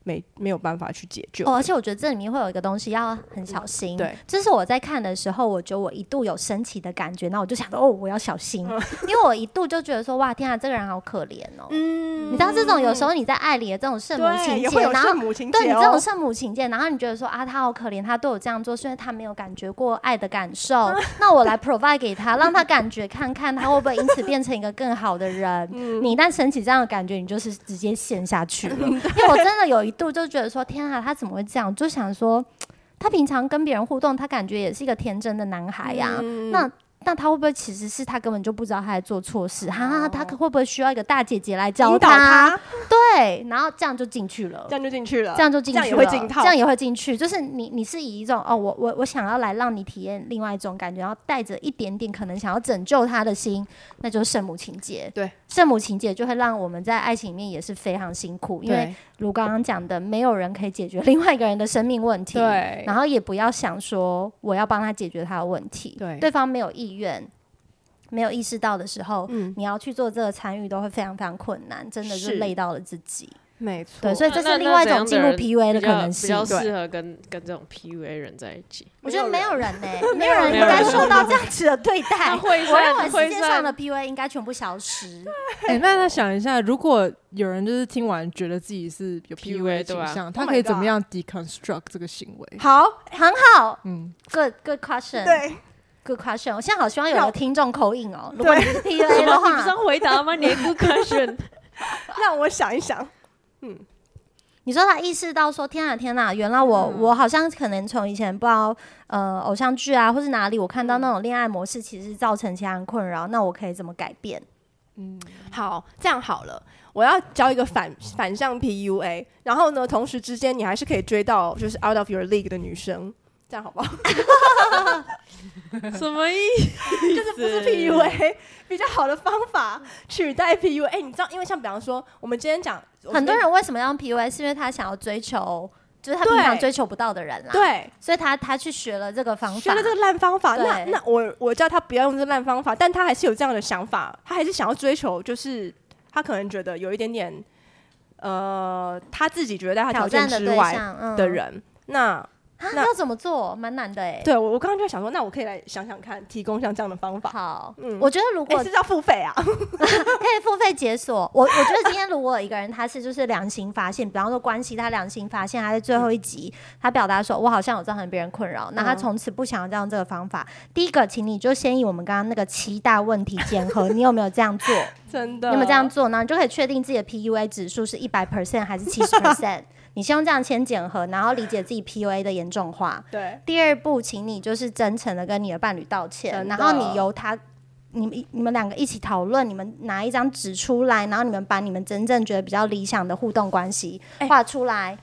[SPEAKER 4] 没没有办法去解救的。
[SPEAKER 1] 哦，而且我觉得这里面会有一个东西要很小心。
[SPEAKER 4] 对，
[SPEAKER 1] 这是我在看的时候，我觉得我一度有升起的感觉，那我就想说，哦，我要小 心，因为我一度就觉得说，哇，天啊，这个人好可怜哦。
[SPEAKER 4] 嗯
[SPEAKER 1] 你知道这种有时候你在爱里的这种圣母
[SPEAKER 4] 对
[SPEAKER 1] 情
[SPEAKER 4] 也会
[SPEAKER 1] 节，
[SPEAKER 4] 有
[SPEAKER 1] 然后
[SPEAKER 4] 圣母情节、哦，
[SPEAKER 1] 对你这种圣母情节，然后你觉得说啊，他好可怜，他对我这样做，是因为他没有感觉过爱的感受。
[SPEAKER 4] 嗯
[SPEAKER 1] 那我来 provide 给他，让他感觉看看，他会不会因此变成一个更好的人。
[SPEAKER 4] 嗯
[SPEAKER 1] 你一旦升起这样的感觉，你就是直接陷下去了。因为我真的有一度就觉得说，天啊，他怎么会这样？就想说，他平常跟别人互动，他感觉也是一个天真的男孩呀、
[SPEAKER 4] 嗯
[SPEAKER 1] 那。那他会不会其实是他根本就不知道他在做错事？哈、哈，他会不会需要一个大姐姐来教
[SPEAKER 4] 哦引导他，
[SPEAKER 1] 对，然后这样就进去了
[SPEAKER 4] 这。样就进去了，
[SPEAKER 1] 这样就进去
[SPEAKER 4] 呃这
[SPEAKER 1] 了，
[SPEAKER 4] 样也会进套，
[SPEAKER 1] 这样也会进去。就是你，你是以一种哦，我我我想要来让你体验另外一种感觉，然后带着一点点可能想要拯救他的心，那就是圣母情节。
[SPEAKER 4] 对，
[SPEAKER 1] 圣母情节就会让我们在爱情里面也是非常辛苦，因为
[SPEAKER 4] 对
[SPEAKER 1] 如刚刚讲的，没有人可以解决另外一个人的生命问题，
[SPEAKER 4] 对
[SPEAKER 1] 然后也不要想说我要帮他解决他的问题，
[SPEAKER 4] 对
[SPEAKER 1] 对方没有意愿。没有意识到的时候，
[SPEAKER 4] 嗯
[SPEAKER 1] 你要去做这个参与，都会非常非常困难，真的
[SPEAKER 4] 是
[SPEAKER 1] 是累到了自己。
[SPEAKER 4] 没错，
[SPEAKER 1] 对，所以这
[SPEAKER 2] 那
[SPEAKER 1] 是另外一
[SPEAKER 2] 那
[SPEAKER 1] 种
[SPEAKER 2] 怎
[SPEAKER 1] 进
[SPEAKER 2] 样
[SPEAKER 1] 入
[SPEAKER 2] 的人
[SPEAKER 1] PUA 的
[SPEAKER 2] 比
[SPEAKER 1] 可
[SPEAKER 2] 较
[SPEAKER 1] 能性
[SPEAKER 2] 比。较
[SPEAKER 4] 对
[SPEAKER 2] 适合跟跟这种 PUA 人在一起。
[SPEAKER 1] 我觉得没有人呢、没 有
[SPEAKER 4] 有人
[SPEAKER 1] 人应该受到这样子的对待。
[SPEAKER 2] 他会
[SPEAKER 1] 我认为
[SPEAKER 2] 散会
[SPEAKER 1] 世界上
[SPEAKER 2] 散
[SPEAKER 1] 的 PUA 应该全部消失。
[SPEAKER 3] 哎、那他想一下，如果有人就是听完觉得自己是有
[SPEAKER 2] PUA
[SPEAKER 3] PUA
[SPEAKER 2] 对啊
[SPEAKER 3] 倾向，
[SPEAKER 4] Oh
[SPEAKER 3] 他
[SPEAKER 4] my
[SPEAKER 3] 可以怎么
[SPEAKER 4] God
[SPEAKER 3] 样 deconstruct 这个行为？
[SPEAKER 4] 好，
[SPEAKER 1] 很好
[SPEAKER 3] 嗯，
[SPEAKER 1] ，Good Good question，
[SPEAKER 4] 对，
[SPEAKER 1] ，Good question。我现在好希望有
[SPEAKER 4] 让
[SPEAKER 1] 个听众口音哦，如果你是 PUA 的
[SPEAKER 2] 你不是
[SPEAKER 1] 话，
[SPEAKER 2] 要回答吗？你的 good question，
[SPEAKER 4] 让我想一想，
[SPEAKER 1] 你说他意识到说，天啊天啊，原来我、
[SPEAKER 2] 嗯
[SPEAKER 1] 我好像可能从以前不知道呃偶像剧啊，或是哪里，我看到那种恋爱模式，其实造成其他人困扰，那我可以怎么改变？
[SPEAKER 4] 好，这样好了，我要教一个反反向 PUA，然后呢，同时之间你还是可以追到就是 out of your league 的女生，这样好不好？
[SPEAKER 2] 什么意
[SPEAKER 4] 就是不是 PUA 比较好的方法取代 PUA？、你哎知道，因为像比方说，我们今天讲
[SPEAKER 1] 很多人为什么要用 PUA？是因为他想要追求，就是他平常
[SPEAKER 4] 对
[SPEAKER 1] 追求不到的人啦。，
[SPEAKER 4] 对。
[SPEAKER 1] 所以他他去学了这个方法，
[SPEAKER 4] 学了这个烂方法，那
[SPEAKER 1] 对
[SPEAKER 4] 那我我叫他不要用这个烂方法，但他还是有这样的想法，他还是想要追求，就是他可能觉得有一点点，呃，他自己觉得在他条
[SPEAKER 1] 挑
[SPEAKER 4] 件
[SPEAKER 1] 战的
[SPEAKER 4] 之
[SPEAKER 1] 对
[SPEAKER 4] 外
[SPEAKER 1] 象嗯
[SPEAKER 4] 的人。那
[SPEAKER 1] 啊，
[SPEAKER 4] 那
[SPEAKER 1] 要怎么做？蛮难的哎。
[SPEAKER 4] 对我我刚刚就在想说，那我可以来想想看，提供像这样的方法，
[SPEAKER 1] 好，
[SPEAKER 4] 嗯
[SPEAKER 1] 我觉得如
[SPEAKER 4] 哎、
[SPEAKER 1] 果
[SPEAKER 4] 是要付费啊？
[SPEAKER 1] 可以付费解锁，我我觉得今天如果有一个人他是就是良心发现，比方说关系他良心发现，他在最后一集他表达说，我好像有造成别人困扰，那他
[SPEAKER 4] 嗯
[SPEAKER 1] 从此不想要再用这个方法。第一个，请你就先以我们刚刚那个七大问题检核，你有没有这样做？
[SPEAKER 4] 真的？
[SPEAKER 1] 你有没有这样做呢？你就可以确定自己的 PUA 指数是一百 percent 还是七十 percent。你 先用这样先检核，然后理解自己 PUA 的严重化。
[SPEAKER 4] 对，
[SPEAKER 1] 第二步，请你就是真诚的跟你的伴侣道歉，
[SPEAKER 4] 真的
[SPEAKER 1] 然后你由他。你们你们两个一起讨论，你们拿一张纸出来，然后你们把你们真正觉得比较理想的互动关系
[SPEAKER 4] 哎
[SPEAKER 1] 画出来、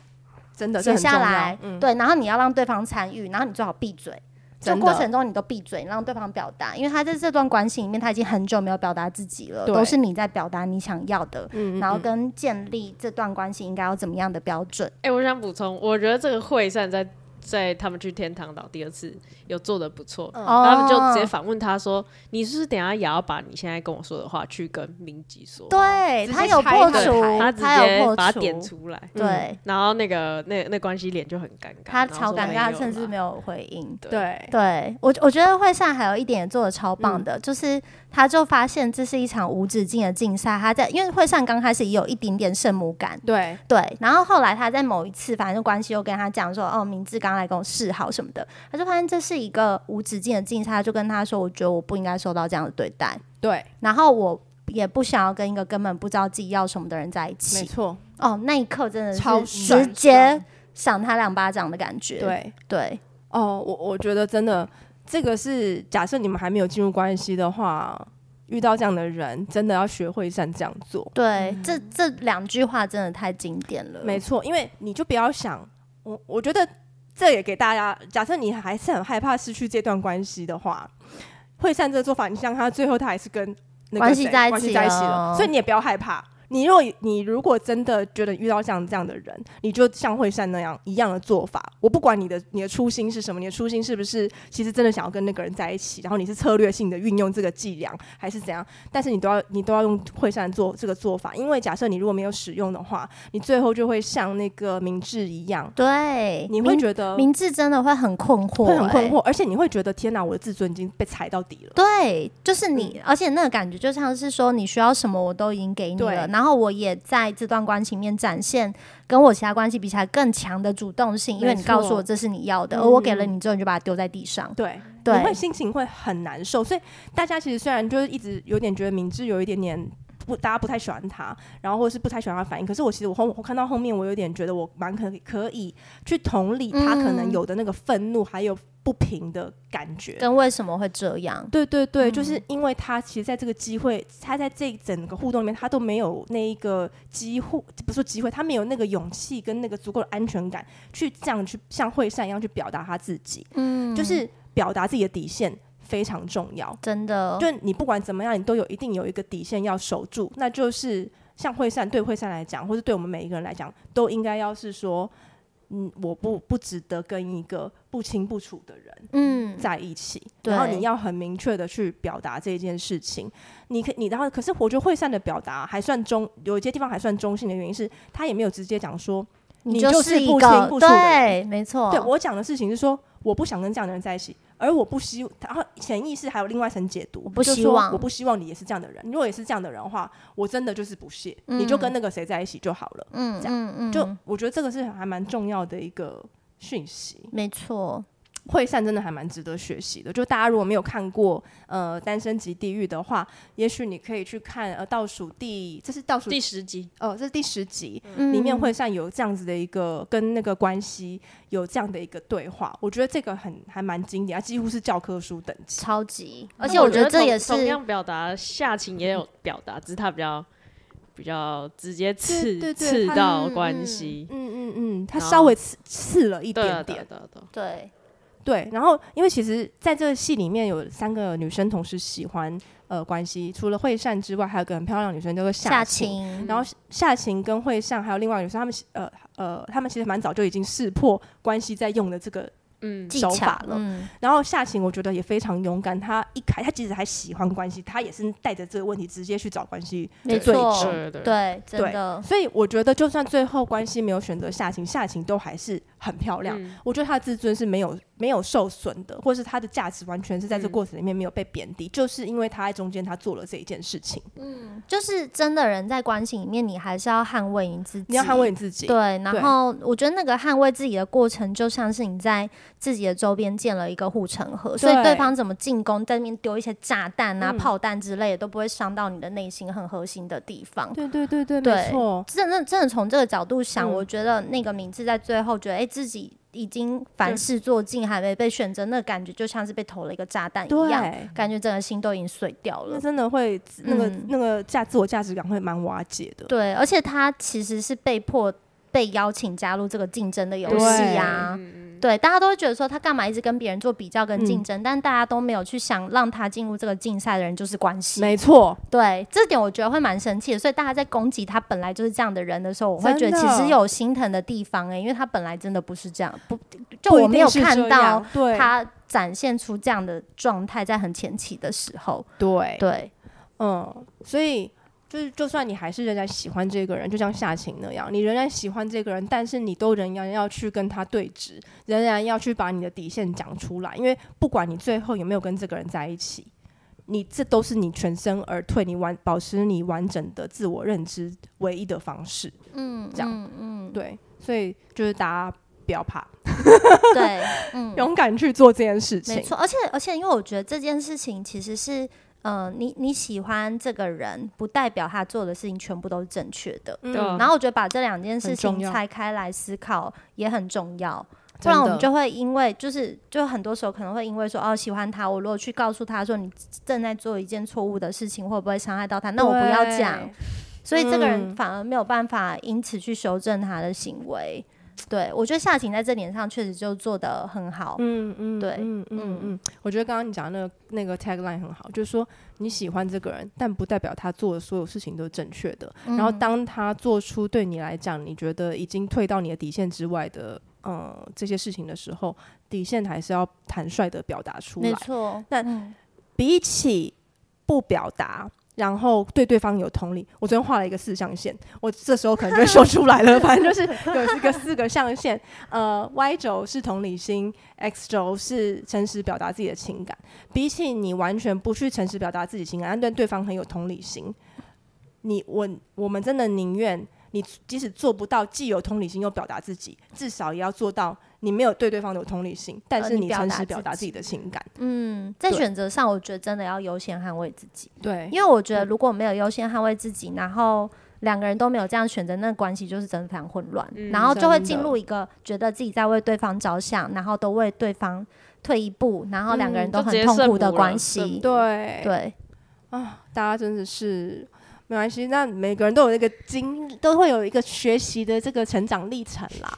[SPEAKER 4] 真的，这
[SPEAKER 1] 写
[SPEAKER 4] 很重
[SPEAKER 1] 下
[SPEAKER 4] 要
[SPEAKER 1] 来、
[SPEAKER 4] 嗯，
[SPEAKER 1] 对，然后你要让对方参与，然后你最好闭嘴。这
[SPEAKER 4] 真的
[SPEAKER 1] 过程中你都闭嘴，你让对方表达，因为他在这段关系里面，他已经很久没有表达自己了，
[SPEAKER 4] 对
[SPEAKER 1] 都是你在表达你想要的，
[SPEAKER 4] 嗯
[SPEAKER 1] 然后跟建立这段关系应该要怎么样的标准。
[SPEAKER 2] 哎、我想补充，我觉得这个会善在在他们去天堂岛第二次有做的不错，
[SPEAKER 1] 哦
[SPEAKER 2] 他们就直接反问他说：“你是不是等一下也要把你现在跟我说的话去跟明吉说？”，
[SPEAKER 1] 对
[SPEAKER 4] 直接
[SPEAKER 1] 他有
[SPEAKER 4] 拆嗯
[SPEAKER 1] 破
[SPEAKER 4] 对
[SPEAKER 1] 除
[SPEAKER 2] 他
[SPEAKER 4] 他，
[SPEAKER 2] 直接
[SPEAKER 1] 有破
[SPEAKER 2] 把
[SPEAKER 1] 除，
[SPEAKER 2] 他点出来，
[SPEAKER 1] 对。
[SPEAKER 2] 然后那个那那关系脸就很尴尬，
[SPEAKER 1] 他
[SPEAKER 2] 然后
[SPEAKER 1] 超
[SPEAKER 2] 说
[SPEAKER 1] 尴
[SPEAKER 2] 没
[SPEAKER 1] 尬，他
[SPEAKER 2] 有
[SPEAKER 1] 甚至
[SPEAKER 2] 啦
[SPEAKER 1] 没有回应。
[SPEAKER 2] 对
[SPEAKER 4] 对，
[SPEAKER 1] 对我，我觉得惠善还有一点也做的超棒
[SPEAKER 4] 嗯
[SPEAKER 1] 的，就是他就发现这是一场无止境的竞赛。他在因为惠善刚开始也有一点点圣母感，
[SPEAKER 4] 对，
[SPEAKER 1] 对，然后后来他在某一次，反正关系又跟他讲说，哦，明志刚来跟我示好什么的，他就发现这是一个无止境的竞赛，他就跟他说，我觉得我不应该受到这样的对待，
[SPEAKER 4] 对，
[SPEAKER 1] 然后我也不想要跟一个根本不知道自己要什么的人在一
[SPEAKER 4] 没
[SPEAKER 1] 起。
[SPEAKER 4] 错，
[SPEAKER 1] 哦，那一刻真的
[SPEAKER 4] 超
[SPEAKER 1] 是
[SPEAKER 4] 爽
[SPEAKER 1] 直接赏他两巴掌的感觉。
[SPEAKER 4] 对。
[SPEAKER 1] 对，
[SPEAKER 4] 哦，我我觉得真的，这个是假设你们还没有进入关系的话，遇到这样的人，真的要学会像这样做。
[SPEAKER 1] 对，这这两句话真的太经典了。
[SPEAKER 4] 嗯没错，因为你就不要想，我我觉得这也给大家，假设你还是很害怕失去这段关系的话，会善这个做法，你像他最后他还是跟那个
[SPEAKER 1] 关系
[SPEAKER 4] 谁
[SPEAKER 1] 在一
[SPEAKER 4] 关系
[SPEAKER 1] 起
[SPEAKER 4] 在一起
[SPEAKER 1] 了
[SPEAKER 4] 了，所以你也不要害怕。你若你如果真的觉得遇到像这样的人，你就像惠善那样一样的做法。我不管你的你的初心是什么，你的初心是不是其实真的想要跟那个人在一起，然后你是策略性的运用这个伎俩，还是怎样？但是你都要你都要用惠善做这个做法，因为假设你如果没有使用的话，你最后就会像那个明智一样，
[SPEAKER 1] 对，
[SPEAKER 4] 你会
[SPEAKER 1] 明
[SPEAKER 4] 觉得
[SPEAKER 1] 明智真的会很困惑、
[SPEAKER 4] 会很困
[SPEAKER 1] 欸
[SPEAKER 4] 惑，而且你会觉得天哪，我的自尊已经被踩到底了。
[SPEAKER 1] 对，就是你，
[SPEAKER 4] 嗯
[SPEAKER 1] 而且那个感觉就像是说，你需要什么我都已经给你了，
[SPEAKER 4] 对
[SPEAKER 1] 然后我也在这段关系里面展现跟我其他关系比起来更强的主动性，因为
[SPEAKER 4] 没
[SPEAKER 1] 你告诉
[SPEAKER 4] 错
[SPEAKER 1] 我这是你要的，
[SPEAKER 4] 嗯
[SPEAKER 1] 而我给了你之后，你就把它丢在地上。
[SPEAKER 4] 对，
[SPEAKER 1] 对
[SPEAKER 4] 你会心情会很难受，所以大家其实虽然就是一直有点觉得明智有一点点不，大家不太喜欢他，然后或者是不太喜欢他的反应，可是我其实我后我看到后面，我有点觉得我蛮可可以去同理他可能
[SPEAKER 1] 嗯
[SPEAKER 4] 有的那个愤怒还有不平的感觉，
[SPEAKER 1] 跟为什么会这样？
[SPEAKER 4] 对对对，就是因为他其实在这个机会，他在这整个互动里面，他都没有那一个机会，不是说机会，他没有那个勇气跟那个足够的安全感，去这样去像惠善一样去表达他自己，
[SPEAKER 1] 嗯，
[SPEAKER 4] 就是表达自己的底线非常重要。
[SPEAKER 1] 真的，
[SPEAKER 4] 就你不管怎么样，你都有一定有一个底线要守住，那就是像惠善对惠善来讲，或是对我们每一个人来讲，都应该要是说。嗯，我不不值得跟一个不清不楚的人
[SPEAKER 1] 嗯，
[SPEAKER 4] 在一起，
[SPEAKER 1] 对
[SPEAKER 4] 然后你要很明确的去表达这件事情。你可你然后可是我觉得会善的表达还算中，有一些地方还算中性的原因是，他也没有直接讲说，你
[SPEAKER 1] 就
[SPEAKER 4] 就是
[SPEAKER 1] 一
[SPEAKER 4] 不
[SPEAKER 1] 个
[SPEAKER 4] 清不楚的
[SPEAKER 1] 对，没错，
[SPEAKER 4] 对我讲的事情是说我不想跟这样的人在一起，而我不希，然后潜意识还有另外一层解读，我
[SPEAKER 1] 不希望
[SPEAKER 4] 我不希望你也是这样的人。如果也是这样的人的话，我真的就是不屑，你就跟那个谁在一起就好了。
[SPEAKER 1] 嗯
[SPEAKER 4] 这
[SPEAKER 1] 嗯嗯，
[SPEAKER 4] 就我觉得这个是还蛮重要的一个讯息。
[SPEAKER 1] 没错，
[SPEAKER 4] 惠善真的还蛮值得学习的。就大家如果没有看过呃《单身级地狱》的话，也许你可以去看呃倒数第这是倒数
[SPEAKER 2] 第十集，
[SPEAKER 4] 哦这是第十集，
[SPEAKER 1] 嗯
[SPEAKER 4] 里面惠善有这样子的一个跟那个关系有这样的一个对话，我觉得这个很还蛮经典，它几乎是教科书等级。
[SPEAKER 1] 超级，而
[SPEAKER 2] 那
[SPEAKER 1] 且我觉得这
[SPEAKER 2] 同
[SPEAKER 1] 也是
[SPEAKER 2] 同样表达下情也有表达，只是他比较比较直接刺
[SPEAKER 4] 对对对
[SPEAKER 2] 刺
[SPEAKER 4] 他
[SPEAKER 2] 到
[SPEAKER 1] 嗯嗯
[SPEAKER 2] 关系，
[SPEAKER 4] 嗯嗯嗯，它
[SPEAKER 2] 然后
[SPEAKER 4] 稍微刺刺了一
[SPEAKER 2] 对啊对啊
[SPEAKER 4] 点点，
[SPEAKER 2] 对啊对啊
[SPEAKER 1] 对，
[SPEAKER 4] 对，然后因为其实在这个戏里面有三个女生同时喜欢呃关系，除了惠善之外，还有个很漂亮的女生叫做
[SPEAKER 1] 夏
[SPEAKER 4] 夏晴。
[SPEAKER 2] 嗯
[SPEAKER 1] 晴，
[SPEAKER 4] 然后夏晴跟惠善还有另外一个女生，她们其呃呃，她们其实蛮早就已经识破关系在用的这个。
[SPEAKER 2] 嗯，
[SPEAKER 1] 技
[SPEAKER 4] 手
[SPEAKER 1] 巧
[SPEAKER 4] 法了
[SPEAKER 1] 嗯
[SPEAKER 4] 然后夏晴我觉得也非常勇敢，她一开她即使还喜欢关系，她也是带着这个问题直接去找关系
[SPEAKER 1] 没
[SPEAKER 4] 的对
[SPEAKER 1] 错
[SPEAKER 4] 峙。
[SPEAKER 2] 啊对对对，
[SPEAKER 1] 对，真
[SPEAKER 4] 对
[SPEAKER 1] 的，
[SPEAKER 4] 所以我觉得就算最后关系没有选择夏晴，夏晴都还是很漂亮。
[SPEAKER 2] 嗯
[SPEAKER 4] 我觉得她的自尊是没有没有受损的，或是她的价值完全是在这
[SPEAKER 2] 嗯
[SPEAKER 4] 过程里面没有被贬低，就是因为她在中间她做了这一件事情。
[SPEAKER 1] 就是真的人在关系里面，你还是要捍卫你自己，
[SPEAKER 4] 你要捍卫你自己。
[SPEAKER 1] 对，
[SPEAKER 4] 对
[SPEAKER 1] 然后我觉得那个捍卫自己的过程，就像是你在自己的周边建了一个护城河，所以对
[SPEAKER 4] 对
[SPEAKER 1] 方怎么进攻，在那边丢一些炸弹啊、
[SPEAKER 4] 嗯
[SPEAKER 1] 炮弹之类的，都不会伤到你的内心很核心的地方。
[SPEAKER 4] 对对对对，
[SPEAKER 1] 对
[SPEAKER 4] 没错。
[SPEAKER 1] 真的真的从这个角度想，
[SPEAKER 4] 嗯
[SPEAKER 1] 我觉得那个名字在最后觉得，哎、自己已经凡事做尽，还没被选择，那感觉就像是被投了一个炸弹一样，
[SPEAKER 4] 对，
[SPEAKER 1] 感觉整个心都已经碎掉了
[SPEAKER 4] 那。真的会那个、
[SPEAKER 1] 嗯
[SPEAKER 4] 那个价自我价值感会蛮瓦解的。
[SPEAKER 1] 对，而且他其实是被迫被邀请加入这个竞争的游戏
[SPEAKER 4] 对
[SPEAKER 1] 啊。
[SPEAKER 2] 嗯嗯
[SPEAKER 1] 对，大家都会觉得说他干嘛一直跟别人做比较跟
[SPEAKER 4] 嗯
[SPEAKER 1] 竞争，但大家都没有去想让他进入这个竞赛的人就是关系。
[SPEAKER 4] 没错，
[SPEAKER 1] 对，这点我觉得会蛮生气的。所以大家在攻击他本来就是这样的人的时候，我会觉
[SPEAKER 4] 真
[SPEAKER 1] 得
[SPEAKER 4] 的
[SPEAKER 1] 其实有心疼的地方哎、因为他本来真的不是这样，不就
[SPEAKER 4] 不一
[SPEAKER 1] 我没有
[SPEAKER 4] 定是
[SPEAKER 1] 看
[SPEAKER 4] 这
[SPEAKER 1] 到
[SPEAKER 4] 样对
[SPEAKER 1] 他展现出这样的状态，在很前期的时候，
[SPEAKER 4] 对
[SPEAKER 1] 对，
[SPEAKER 4] 嗯，所以就是，就算你还是仍然喜欢这个人，就像夏晴那样，你仍然喜欢这个人，但是你都仍然要去跟他对峙，仍然要去把你的底线讲出来，因为不管你最后有没有跟这个人在一起，你这都是你全身而退，你完保持你完整的自我认知唯一的方式。
[SPEAKER 1] 嗯，
[SPEAKER 4] 这样
[SPEAKER 1] 嗯嗯，
[SPEAKER 4] 对，所以就是大家不要怕，
[SPEAKER 1] 对，嗯，
[SPEAKER 4] 勇敢去做这件事情。
[SPEAKER 1] 没错，而且而且，因为我觉得这件事情其实是，呃，你你喜欢这个人，不代表他做的事情全部都是正确的。
[SPEAKER 4] 嗯，
[SPEAKER 2] 对啊
[SPEAKER 1] 然后我觉得把这两件事
[SPEAKER 4] 很重
[SPEAKER 1] 情
[SPEAKER 4] 要
[SPEAKER 1] 拆开来思考也很重要，不
[SPEAKER 4] 真
[SPEAKER 1] 然我们
[SPEAKER 4] 的
[SPEAKER 1] 就会因为就是就很多时候可能会因为说哦喜欢他，我如果去告诉他说你正在做一件错误的事情，会不会伤害到他？那我不要
[SPEAKER 4] 对
[SPEAKER 1] 讲，所以这个人
[SPEAKER 4] 嗯
[SPEAKER 1] 反而没有办法因此去修正他的行为。对我觉得夏晴在这点上确实就做得很好，
[SPEAKER 4] 嗯嗯，
[SPEAKER 1] 对
[SPEAKER 4] 嗯嗯
[SPEAKER 1] 嗯
[SPEAKER 4] 嗯，我觉得刚刚你讲的那个那个 tagline 很好，就是说你喜欢这个人，但不代表他做的所有事情都是正确的。然后
[SPEAKER 1] 嗯
[SPEAKER 4] 当他做出对你来讲，你觉得已经退到你的底线之外的，呃，这些事情的时候，底线还是要坦率的表达出
[SPEAKER 1] 没
[SPEAKER 4] 来。
[SPEAKER 1] 错，
[SPEAKER 4] 那
[SPEAKER 1] 嗯
[SPEAKER 4] 比起不表达。然后对对方有同理，我昨天画了一个四象限，我这时候可能就会说出 来了。反正就是有这个四个象限，呃，Y 轴是同理心，X 轴是诚实表达自己的情感。比起你完全不去诚实表达自己情感，但对对方很有同理心，你我我们真的宁愿你即使做不到既有同理心又表达自己，至少也要做到你没有对对方有同理心，但
[SPEAKER 1] 呃
[SPEAKER 4] 是
[SPEAKER 1] 你
[SPEAKER 4] 你
[SPEAKER 1] 表
[SPEAKER 4] 诚
[SPEAKER 1] 达
[SPEAKER 4] 实
[SPEAKER 1] 自
[SPEAKER 4] 表达自
[SPEAKER 1] 己
[SPEAKER 4] 己的情感。
[SPEAKER 1] 嗯，在
[SPEAKER 4] 对嗯
[SPEAKER 1] 选择上，我觉得真的要优先捍卫自己。
[SPEAKER 4] 对
[SPEAKER 1] 因为我觉得如果没有优先捍卫自己，然后两个人都没有这样选择，那个关系就是真的非常混乱，
[SPEAKER 2] 嗯
[SPEAKER 1] 然后就会
[SPEAKER 4] 真的
[SPEAKER 1] 进入一个觉得自己在为对方着想，然后都为对方退一步，然后两个人
[SPEAKER 4] 嗯
[SPEAKER 1] 都
[SPEAKER 2] 就
[SPEAKER 1] 很
[SPEAKER 2] 直接
[SPEAKER 1] 痛
[SPEAKER 2] 圣
[SPEAKER 1] 苦的
[SPEAKER 2] 母了
[SPEAKER 1] 关
[SPEAKER 2] 圣
[SPEAKER 1] 系。
[SPEAKER 2] 母
[SPEAKER 4] 对
[SPEAKER 1] 对，
[SPEAKER 4] 啊，大家真的是没关系。那每个人都有一个经历，都会有一个学习的这个成长历程啦。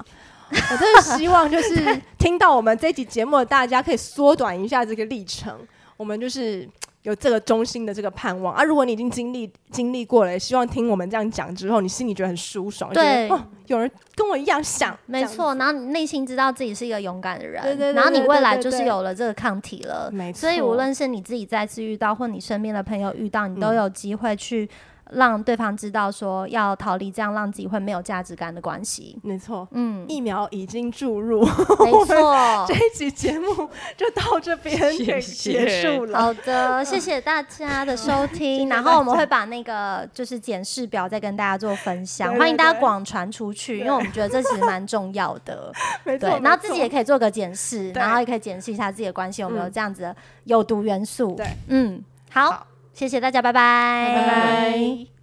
[SPEAKER 4] 我真的希望就是 听到我们这一集节目的大家可以缩短一下这个历程，我们就是有这个衷心的这个盼望啊。如果你已经经历经历过了，也希望听我们这样讲之后，你心里觉得很舒爽，就觉得
[SPEAKER 1] 对
[SPEAKER 4] 哦，有人跟我一样想，
[SPEAKER 1] 没错，然后你内心知道自己是一个勇敢的人，
[SPEAKER 4] 对对对
[SPEAKER 1] 然后你
[SPEAKER 4] 对
[SPEAKER 1] 未
[SPEAKER 4] 对
[SPEAKER 1] 来
[SPEAKER 4] 对
[SPEAKER 1] 就是
[SPEAKER 4] 对
[SPEAKER 1] 有了这个抗体了
[SPEAKER 4] 这样，，没错。
[SPEAKER 1] 所以无论是你自己再次遇到，或你身边的朋友遇到，你都
[SPEAKER 4] 嗯
[SPEAKER 1] 有机会去让对方知道说要逃离这样让自己会没有价值感的关系。
[SPEAKER 4] 没错，
[SPEAKER 1] 嗯，
[SPEAKER 4] 疫苗已经注入，
[SPEAKER 1] 没错
[SPEAKER 4] 这。一集节目就到这边
[SPEAKER 2] 谢
[SPEAKER 4] 给
[SPEAKER 2] 谢
[SPEAKER 4] 结束了。
[SPEAKER 1] 好的，谢谢大家的收 听。然
[SPEAKER 4] 大家
[SPEAKER 1] 后我们会把那个就是检视表再跟大家做分享，
[SPEAKER 4] 对对
[SPEAKER 1] 欢迎大家
[SPEAKER 4] 对
[SPEAKER 1] 广传出去，因为我们觉得这其实蛮重要的。
[SPEAKER 4] 没错
[SPEAKER 1] 对，，然后
[SPEAKER 4] 没
[SPEAKER 1] 自己
[SPEAKER 4] 错
[SPEAKER 1] 也可以做个检视，
[SPEAKER 4] 对
[SPEAKER 1] 然后也可以检视一下自己的关系有没有
[SPEAKER 4] 嗯
[SPEAKER 1] 这样子的有毒元素。
[SPEAKER 4] 对，
[SPEAKER 1] 嗯，好，
[SPEAKER 4] 好
[SPEAKER 1] 谢谢大家，拜拜，
[SPEAKER 4] 拜拜。